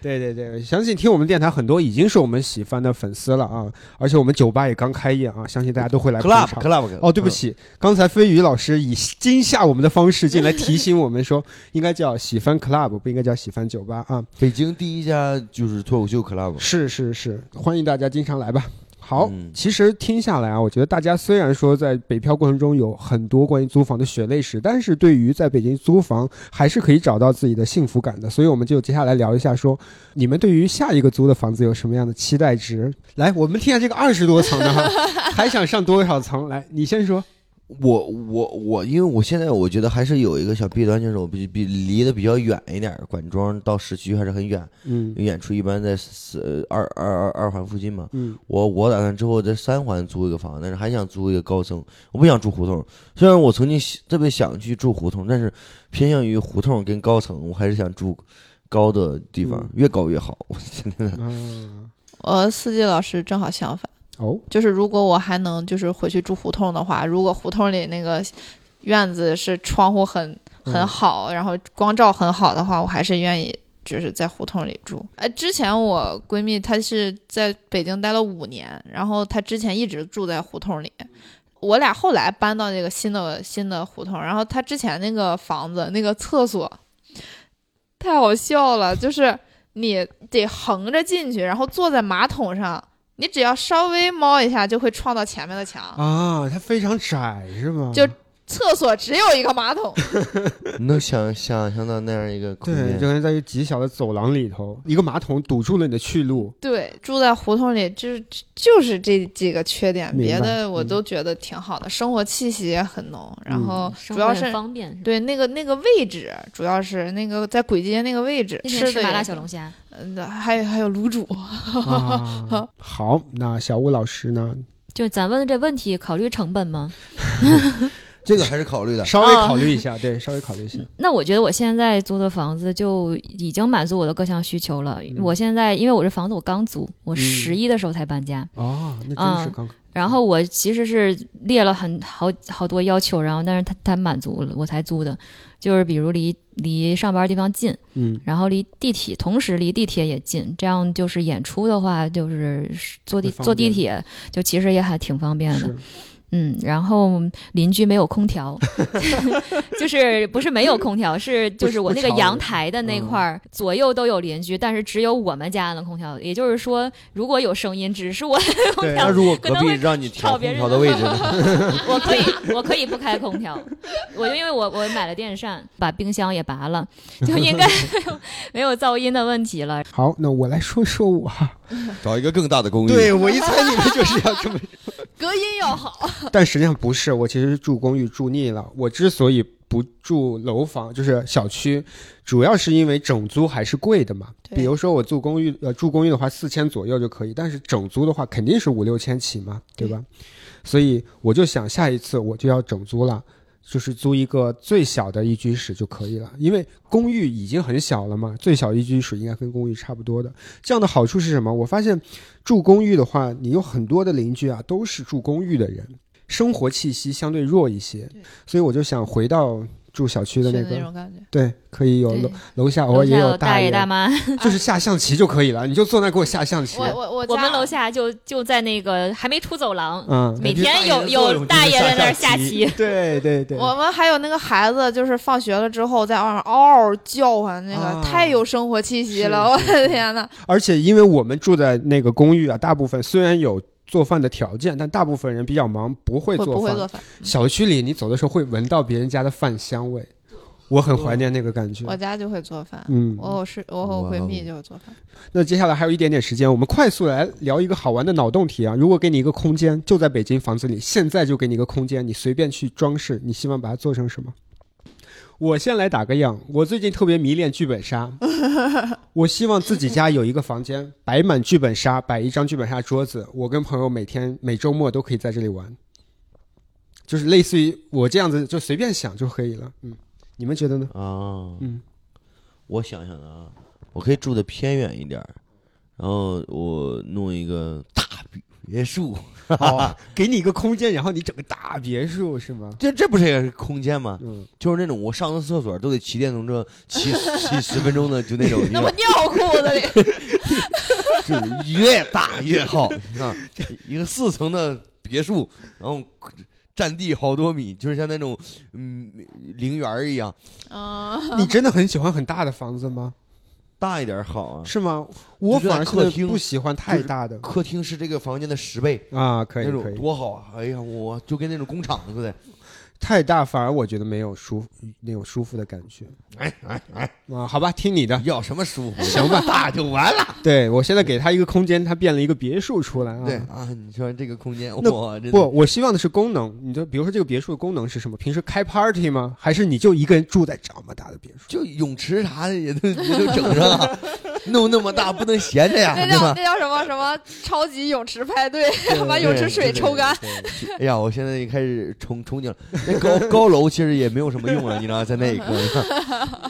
S2: 对对对，相信听我们电台很多已经是我们喜番的粉丝了啊，而且我们酒吧也刚开业啊，相信大家都会来捧
S3: club
S2: 场。
S3: club 嗯
S2: 哦，对不，起，刚才飞宇老师以惊吓我们的方式进来提醒我们说，应该叫喜番 club，不应该叫喜番酒吧啊。
S3: 北京第一家就是脱口秀 club，
S2: 是是是，欢迎大家经常来吧。好，
S3: 嗯
S2: 其实听下来啊，我觉得大家虽然说在北漂过程中有很多关于租房的血泪史，但是对于在北京租房还是可以找到自己的幸福感的。所以我们就接下来聊一下说，你们对于下一个租的房子有什么样的期待值？ *laughs* 来，我们听一下这个二十多层的哈，还想上多少层？来，你先说。
S3: 我我我，因为我现在我觉得还是有一个小弊端，就是我比比离得比较远一点儿，管庄到市区还是很远，
S2: 嗯
S3: 演出一般在四呃二二二二环附近嘛。
S2: 嗯
S3: 我我打算之后在三环租一个房，但是还想租一个高层，我不想住胡同。虽然我曾经喜特别想去住胡同，但是偏向于胡同跟高层，我还是想住高的地方，
S2: 嗯
S3: 越高越好。 *laughs* 我现在
S2: 啊
S5: 呃，四季老师正好相反，
S2: 哦
S5: 就是如果我还能就是回去住胡同的话，如果胡同里那个院子是窗户很很
S2: 嗯
S5: 好，然后光照很好的话，我还是愿意就是在胡同里住。哎，之前我闺蜜她是在北京待了五年，然后她之前一直住在胡同里。我俩后来搬到那个新的新的胡同，然后她之前那个房子那个厕所太好笑了，就是你得横着进去，然后坐在马桶上，你只要稍微猫一下就会撞到前面的墙。
S2: 啊，它非常窄是吗？
S5: 就厕所只有一个马桶，
S3: 能想想象到那样一个空
S2: 对，就
S3: 间，
S2: 跟在一个极小的走廊里头，一个马桶堵住了你的去路。
S5: 对，住在胡同里，就是就是这几个缺点，
S2: 明白
S5: 别的我
S2: 嗯
S5: 都觉得挺好的，生活气息也很浓，然
S2: 嗯
S5: 后
S4: 生
S5: 主要
S4: 活很
S5: 是
S4: 方便。是吧，
S5: 对那个那个位置，主要是那个在簋街那个位置，
S4: 那
S5: 吃
S4: 天
S5: 的
S4: 吃麻
S5: 也
S4: 辣小龙虾，
S5: 嗯，还有还有卤煮，
S2: 啊、 *laughs* 好，那小吴老师呢？
S4: 就咱问的这问题，考虑成本吗？
S3: 这个还是考虑的。 *laughs*
S2: 稍微考虑一下，对，稍微考虑一下。
S4: 那我觉得我现在租的房子就已经满足我的各项需求了。
S2: 嗯
S4: 我现在因为我这房子我刚租，我
S2: 嗯
S4: 十一的时候才搬家，
S2: 哦，那真是刚刚、
S4: 然后我其实是列了很好好多要求，然后但是他他满足了，我才租的。就是比如离离上班地方近，
S2: 嗯，
S4: 然后离地铁，同时离地铁也近，这样就是演出的话，就是坐地
S2: 会方便
S4: 坐地铁，就其实也还挺方便的
S2: 是。，
S4: 嗯，然后邻居没有空调， *laughs* 就是不是没有空调，是就是我那
S2: 不
S4: 个
S2: 吵人
S4: 阳台的那块
S2: 嗯
S4: 儿、左右都有邻居，但是只有我们家能空调。也就是说，如果有声音，只是我
S2: 对，
S3: 那如果
S4: 可
S3: 隔
S4: 能
S3: 壁
S4: 会
S3: 让你调
S4: 吵别
S3: 空调
S4: 人
S3: 的位置呢？ *laughs*
S4: *laughs* 我可以，我可以不开空调，我就因为我我买了电扇，把冰箱也拔 *laughs* 了，就应该没有没有噪音的问题 *laughs* 了。
S2: 好，那我来说说我。啊
S3: 找一个更大的公寓。
S2: 对我一猜你们就是要这么，
S5: 隔音要好。
S2: 但实际上不是，我其实是住公寓住腻了。我之所以不住楼房，就是小区，主要是因为整租还是贵的嘛。
S5: 对
S2: 比如说我住公寓，呃，住公寓的话四千左右就可以，但是整租的话肯定是五六千起嘛，对吧？所以我就想下一次我就要整租了。就是租一个最小的一居室就可以了，因为公寓已经很小了嘛，最小一居室应该跟公寓差不多的。这样的好处是什么？我发现住公寓的话，你有很多的邻居啊，都是住公寓的人，生活气息相对弱一些
S5: 对，
S2: 所以我就想回到住小区的
S5: 是
S2: 那
S5: 那
S2: 个，
S5: 种感觉。
S2: 对，可以有楼
S4: 对
S2: 楼下偶
S4: 楼
S2: 尔
S4: 下
S2: 也
S4: 有
S2: 大
S4: 大
S2: 爷
S4: 爷大妈，
S2: *laughs* 就是下象棋就可以了，你就坐那给我下象棋
S5: 我，我我
S4: 我
S5: 家
S4: 们楼下就就在那个还没出走廊，
S2: 嗯，
S4: 每天有有大爷在那儿下棋，
S2: *laughs* 对对对，
S5: 我们还有那个孩子，就是放学了之后在外面嗷嗷叫唤，那个、
S2: 啊
S5: 太有生活气息
S2: 是
S5: 了，我
S2: 是
S5: 的天呐！
S2: 而且因为我们住在那个公寓啊，大部分虽然有做饭的条件，但大部分人比较忙，不会
S5: 会
S2: 做
S5: 不会
S2: 饭。
S5: 做饭？
S2: 小区里你走的时候会闻到别人家的饭香味，我很怀念那个感觉。
S5: 我家就会做饭。
S2: 嗯，
S5: 我是我和我闺蜜就会做饭，
S2: 那接下来还有一点点时间，我们快速来聊一个好玩的脑洞题啊！如果给你一个空间，就在北京房子里，现在就给你一个空间，你随便去装饰，你希望把它做成什么？我先来打个样，我最近特别迷恋剧本杀，我希望自己家有一个房间摆满剧本杀，摆一张剧本杀桌子，我跟朋友每天每周末都可以在这里玩，就是类似于我这样子就随便想就可以了。嗯，你们觉得呢？
S3: 啊，
S2: 嗯，
S3: 我想想啊，我可以住的偏远一点儿，然后我弄一个大别墅，
S2: 哦、给你一个空间，然后你整个大别墅是吗？
S3: 这这不是也是空间吗？
S2: 嗯，
S3: 就是那种我上个厕所都得骑电动车骑骑十分钟的，
S2: *laughs*
S3: 就那种，
S5: 那不尿裤子里，
S3: 就是越大越好
S2: *laughs*
S3: 啊！一个四层的别墅，然后占地好多米，就是像那种嗯陵园儿一样，
S2: *laughs*
S5: 嗯，
S2: 你真的很喜欢很大的房子吗？
S3: 大一点儿好啊。
S2: 是吗？我
S3: 就在
S2: 反而现
S3: 客
S2: 在
S3: 厅
S2: 不喜欢太大的
S3: 客厅是这个房间的十倍，
S2: 啊，可以
S3: 那
S2: 可
S3: 种
S2: 以，
S3: 多好啊！哎呀，我就跟那种工厂似的。
S2: 太大反而我觉得没有舒服那种舒服的感觉
S3: 哎哎哎，
S2: 啊。好吧，听你的，
S3: 要什么舒服？
S2: 行吧
S3: 大就完了。
S2: 对我现在给他一个空间，他变了一个别墅出来啊。
S3: 对啊，你说这个空间，
S2: 那
S3: 我真的
S2: 不，我希望的是功能。你就比如说这个别墅的功能是什么？平时开 party 吗？还是你就一个人住在这么大的别墅？
S3: 就泳池啥的也都也都整上
S5: *laughs*
S3: 了，弄那么大不能闲着呀，
S5: 那
S3: 对
S5: 叫
S3: 吧？
S5: 那叫什么什么超级泳池派对，把泳池水
S2: *laughs*
S5: 抽干。
S2: 对。对对
S3: 哎呀，我现在也开始憧憧憬了。那高高楼其实也没有什么用了，你知道，在那一刻， *laughs* 你看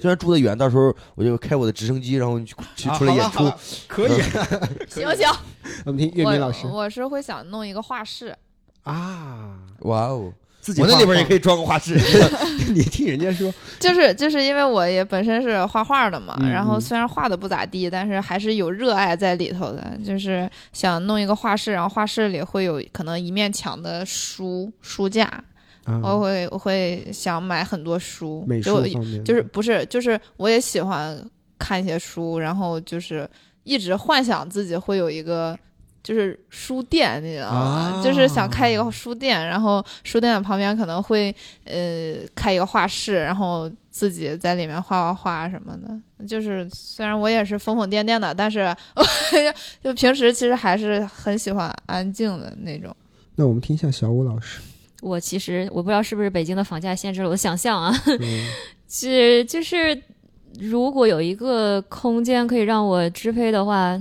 S3: 虽然住得远，到时候我就开我的直升机，然后去去
S2: 啊
S3: 出来
S2: 好了
S3: 演
S2: 好
S3: 出
S2: 了。可以。
S5: 行行，
S2: 嗯我们听岳明老师
S5: 我我是会想弄一个画室，
S2: 啊，
S3: 哇哦，
S2: 自己
S3: 我那里边也可
S2: 以。
S3: 以装个
S2: *laughs*
S3: 画室。
S2: 你听人家说，
S5: 就是就是因为我也本身是画画的嘛，
S2: 嗯
S5: 然后
S2: 嗯
S5: 虽然画的不咋地，但是还是有热爱在里头的，就是想弄一个画室，然后画室里会有可能一面墙的书书架，
S2: 啊
S5: 我会我会想买很多书，
S2: 美术
S5: 就
S2: 方面
S5: 就是不是就是我也喜欢看一些书，然后就是一直幻想自己会有一个。就是书店，你知道吗？
S2: 啊
S5: 就是想开一个书店，然后书店的旁边可能会呃开一个画室，然后自己在里面画画画什么的。就是虽然我也是疯疯癫癫的，但是 *laughs* 就平时其实还是很喜欢安静的那种。
S2: 那我们听一下小武老师。
S4: 我其实我不知道是不是北京的房价限制了我的想象啊，
S2: 嗯
S4: 是就是如果有一个空间可以让我支配的话，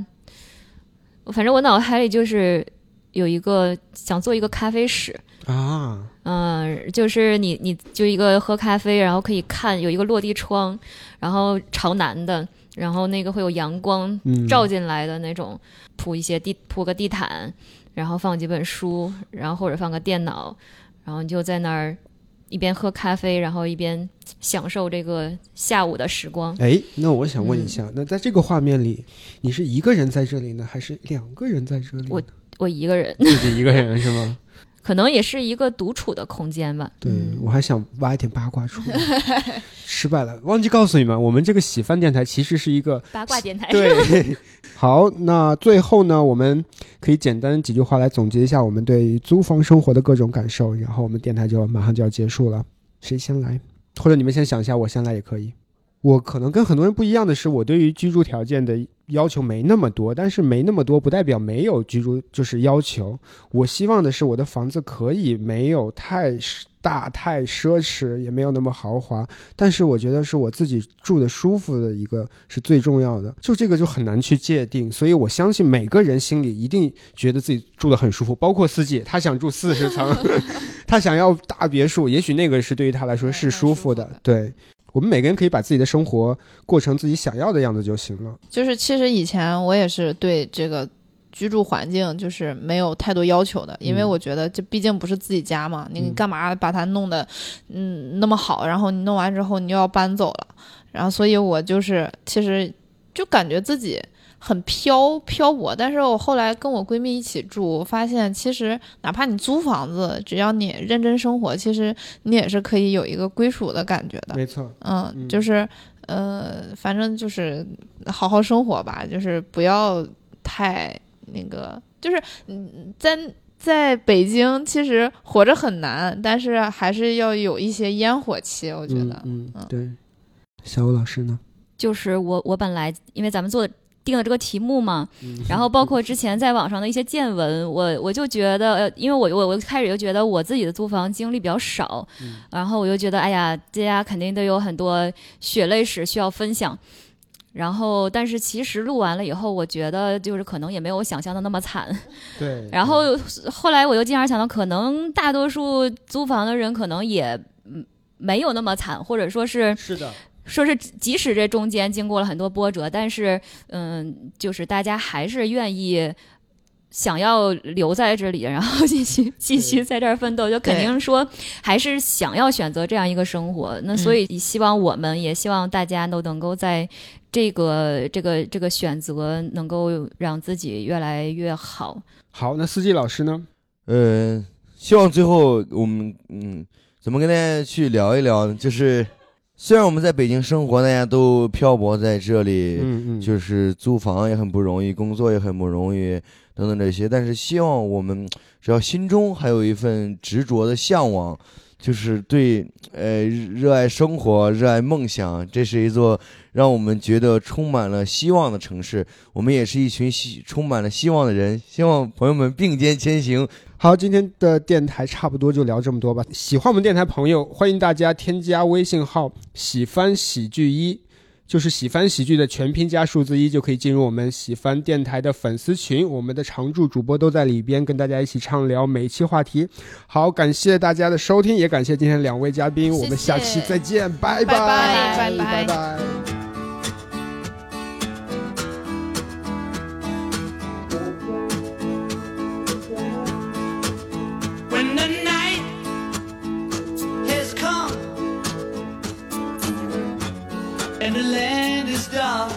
S4: 反正我脑海里就是有一个想做一个咖啡室，
S2: 啊，
S4: 嗯，就是你你就一个喝咖啡，然后可以看有一个落地窗，然后朝南的，然后那个会有阳光
S2: 嗯，
S4: 照进来的那种，铺一些地铺个地毯，然后放几本书，然后或者放个电脑，然后你就在那儿一边喝咖啡，然后一边享受这个下午的时光。
S2: 哎，那我想问一
S4: 嗯
S2: 下，那在这个画面里，你是一个人在这里呢，还是两个人在这里呢？
S4: 我一个人， *laughs*
S2: 自己一个人是吗？
S4: 可能也是一个独处的空间吧。
S2: 对
S4: 嗯，
S2: 我还想挖一点八卦出来，
S4: *laughs*
S2: 失败了，忘记告诉你们，我们这个喜番电台其实是一个
S4: 八卦电台。
S2: 对， *laughs* 好，那最后呢，我们可以简单几句话来总结一下我们对于租房生活的各种感受，然后我们电台就马上就要结束了，谁先来？或者你们先想一下，我先来也可以。我可能跟很多人不一样的是，我对于居住条件的要求没那么多，但是没那么多不代表没有居住就是要求。我希望的是我的房子可以没有太奢大、太奢侈，也没有那么豪华，但是我觉得是我自己住的舒服的一个是最重要的。就这个就很难去界定，所以我相信每个人心里一定觉得自己住的很舒服，包括司机，他想住四十 *laughs* 层，他想要大别墅，也许那个是对于他来说
S5: 对
S2: 是
S5: 很
S2: 舒
S5: 舒
S2: 服
S5: 服
S2: 的
S5: 的，
S2: 对。我们每个人可以把自己的生活过成自己想要的样子就行了。
S5: 就是其实以前我也是对这个居住环境就是没有太多要求的，因为
S2: 嗯
S5: 我觉得这毕竟不是自己家嘛，你
S2: 嗯
S5: 干嘛把它弄得嗯那么好，然后你弄完之后你又要搬走了，然后所以我就是其实就感觉自己。很漂漂泊，但是我后来跟我闺蜜一起住，我发现其实哪怕你租房子，只要你认真生活，其实你也是可以有一个归属的感觉的。
S2: 没错，
S5: 嗯，
S2: 嗯
S5: 就是呃，反正就是好好生活吧，就是不要太那个，就是嗯，在在北京其实活着很难，但是还是要有一些烟火气，我觉得。
S2: 嗯
S5: 嗯
S2: 对。小欧老师呢？
S4: *laughs* 就是我我本来因为咱们做定了这个题目嘛，
S2: 嗯
S4: 然后包括之前在网上的一些见闻，我我就觉得，呃，因为我我我开始就觉得我自己的租房经历比较少，
S2: 嗯
S4: 然后我就觉得，哎呀，大家肯定都有很多血泪史需要分享。然后，但是其实录完了以后，我觉得就是可能也没有我想象的那么惨。
S2: 对，
S4: 然后后来我又经常想到，可能大多数租房的人可能也嗯没有那么惨，或者说是
S2: 是的，
S4: 说是即使这中间经过了很多波折，但是嗯，就是大家还是愿意。想要留在这里，然后继续继续在这儿奋斗，就肯定说还是想要选择这样一个生活。那所以希望我们也希望大家都能够在这个这个这个选择能够让自己越来越好。
S2: 好，那司机老师呢？
S3: 呃，希望最后我们嗯，怎么跟大家去聊一聊呢？就是虽然我们在北京生活，大家都漂泊在这里，
S2: 嗯嗯，
S3: 就是租房也很不容易，工作也很不容易，等等这些。但是希望我们只要心中还有一份执着的向往，就是对呃热爱生活、热爱梦想，这是一座让我们觉得充满了希望的城市。我们也是一群希充满了希望的人，希望朋友们并肩前行。
S2: 好，今天的电台差不多就聊这么多吧。喜欢我们电台朋友，欢迎大家添加微信号“喜翻喜剧一”，就是喜翻喜剧的全拼加数字一，就可以进入我们喜翻电台的粉丝群。我们的常驻主播都在里边，跟大家一起畅聊每一期话题。好，感谢大家的收听，也感谢今天两位嘉宾，我们下期再见，拜
S5: 拜
S2: 拜
S5: 拜
S2: 拜
S5: 拜
S2: 拜
S7: when the night has come and the land is dark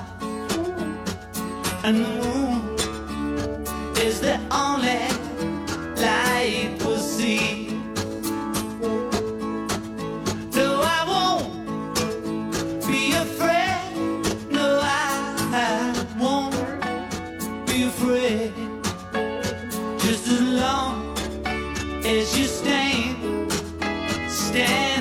S7: and the moon is the only light we'll see. Though I won't be afraid, no, I won't be afraid. Just as long as you stand, stand.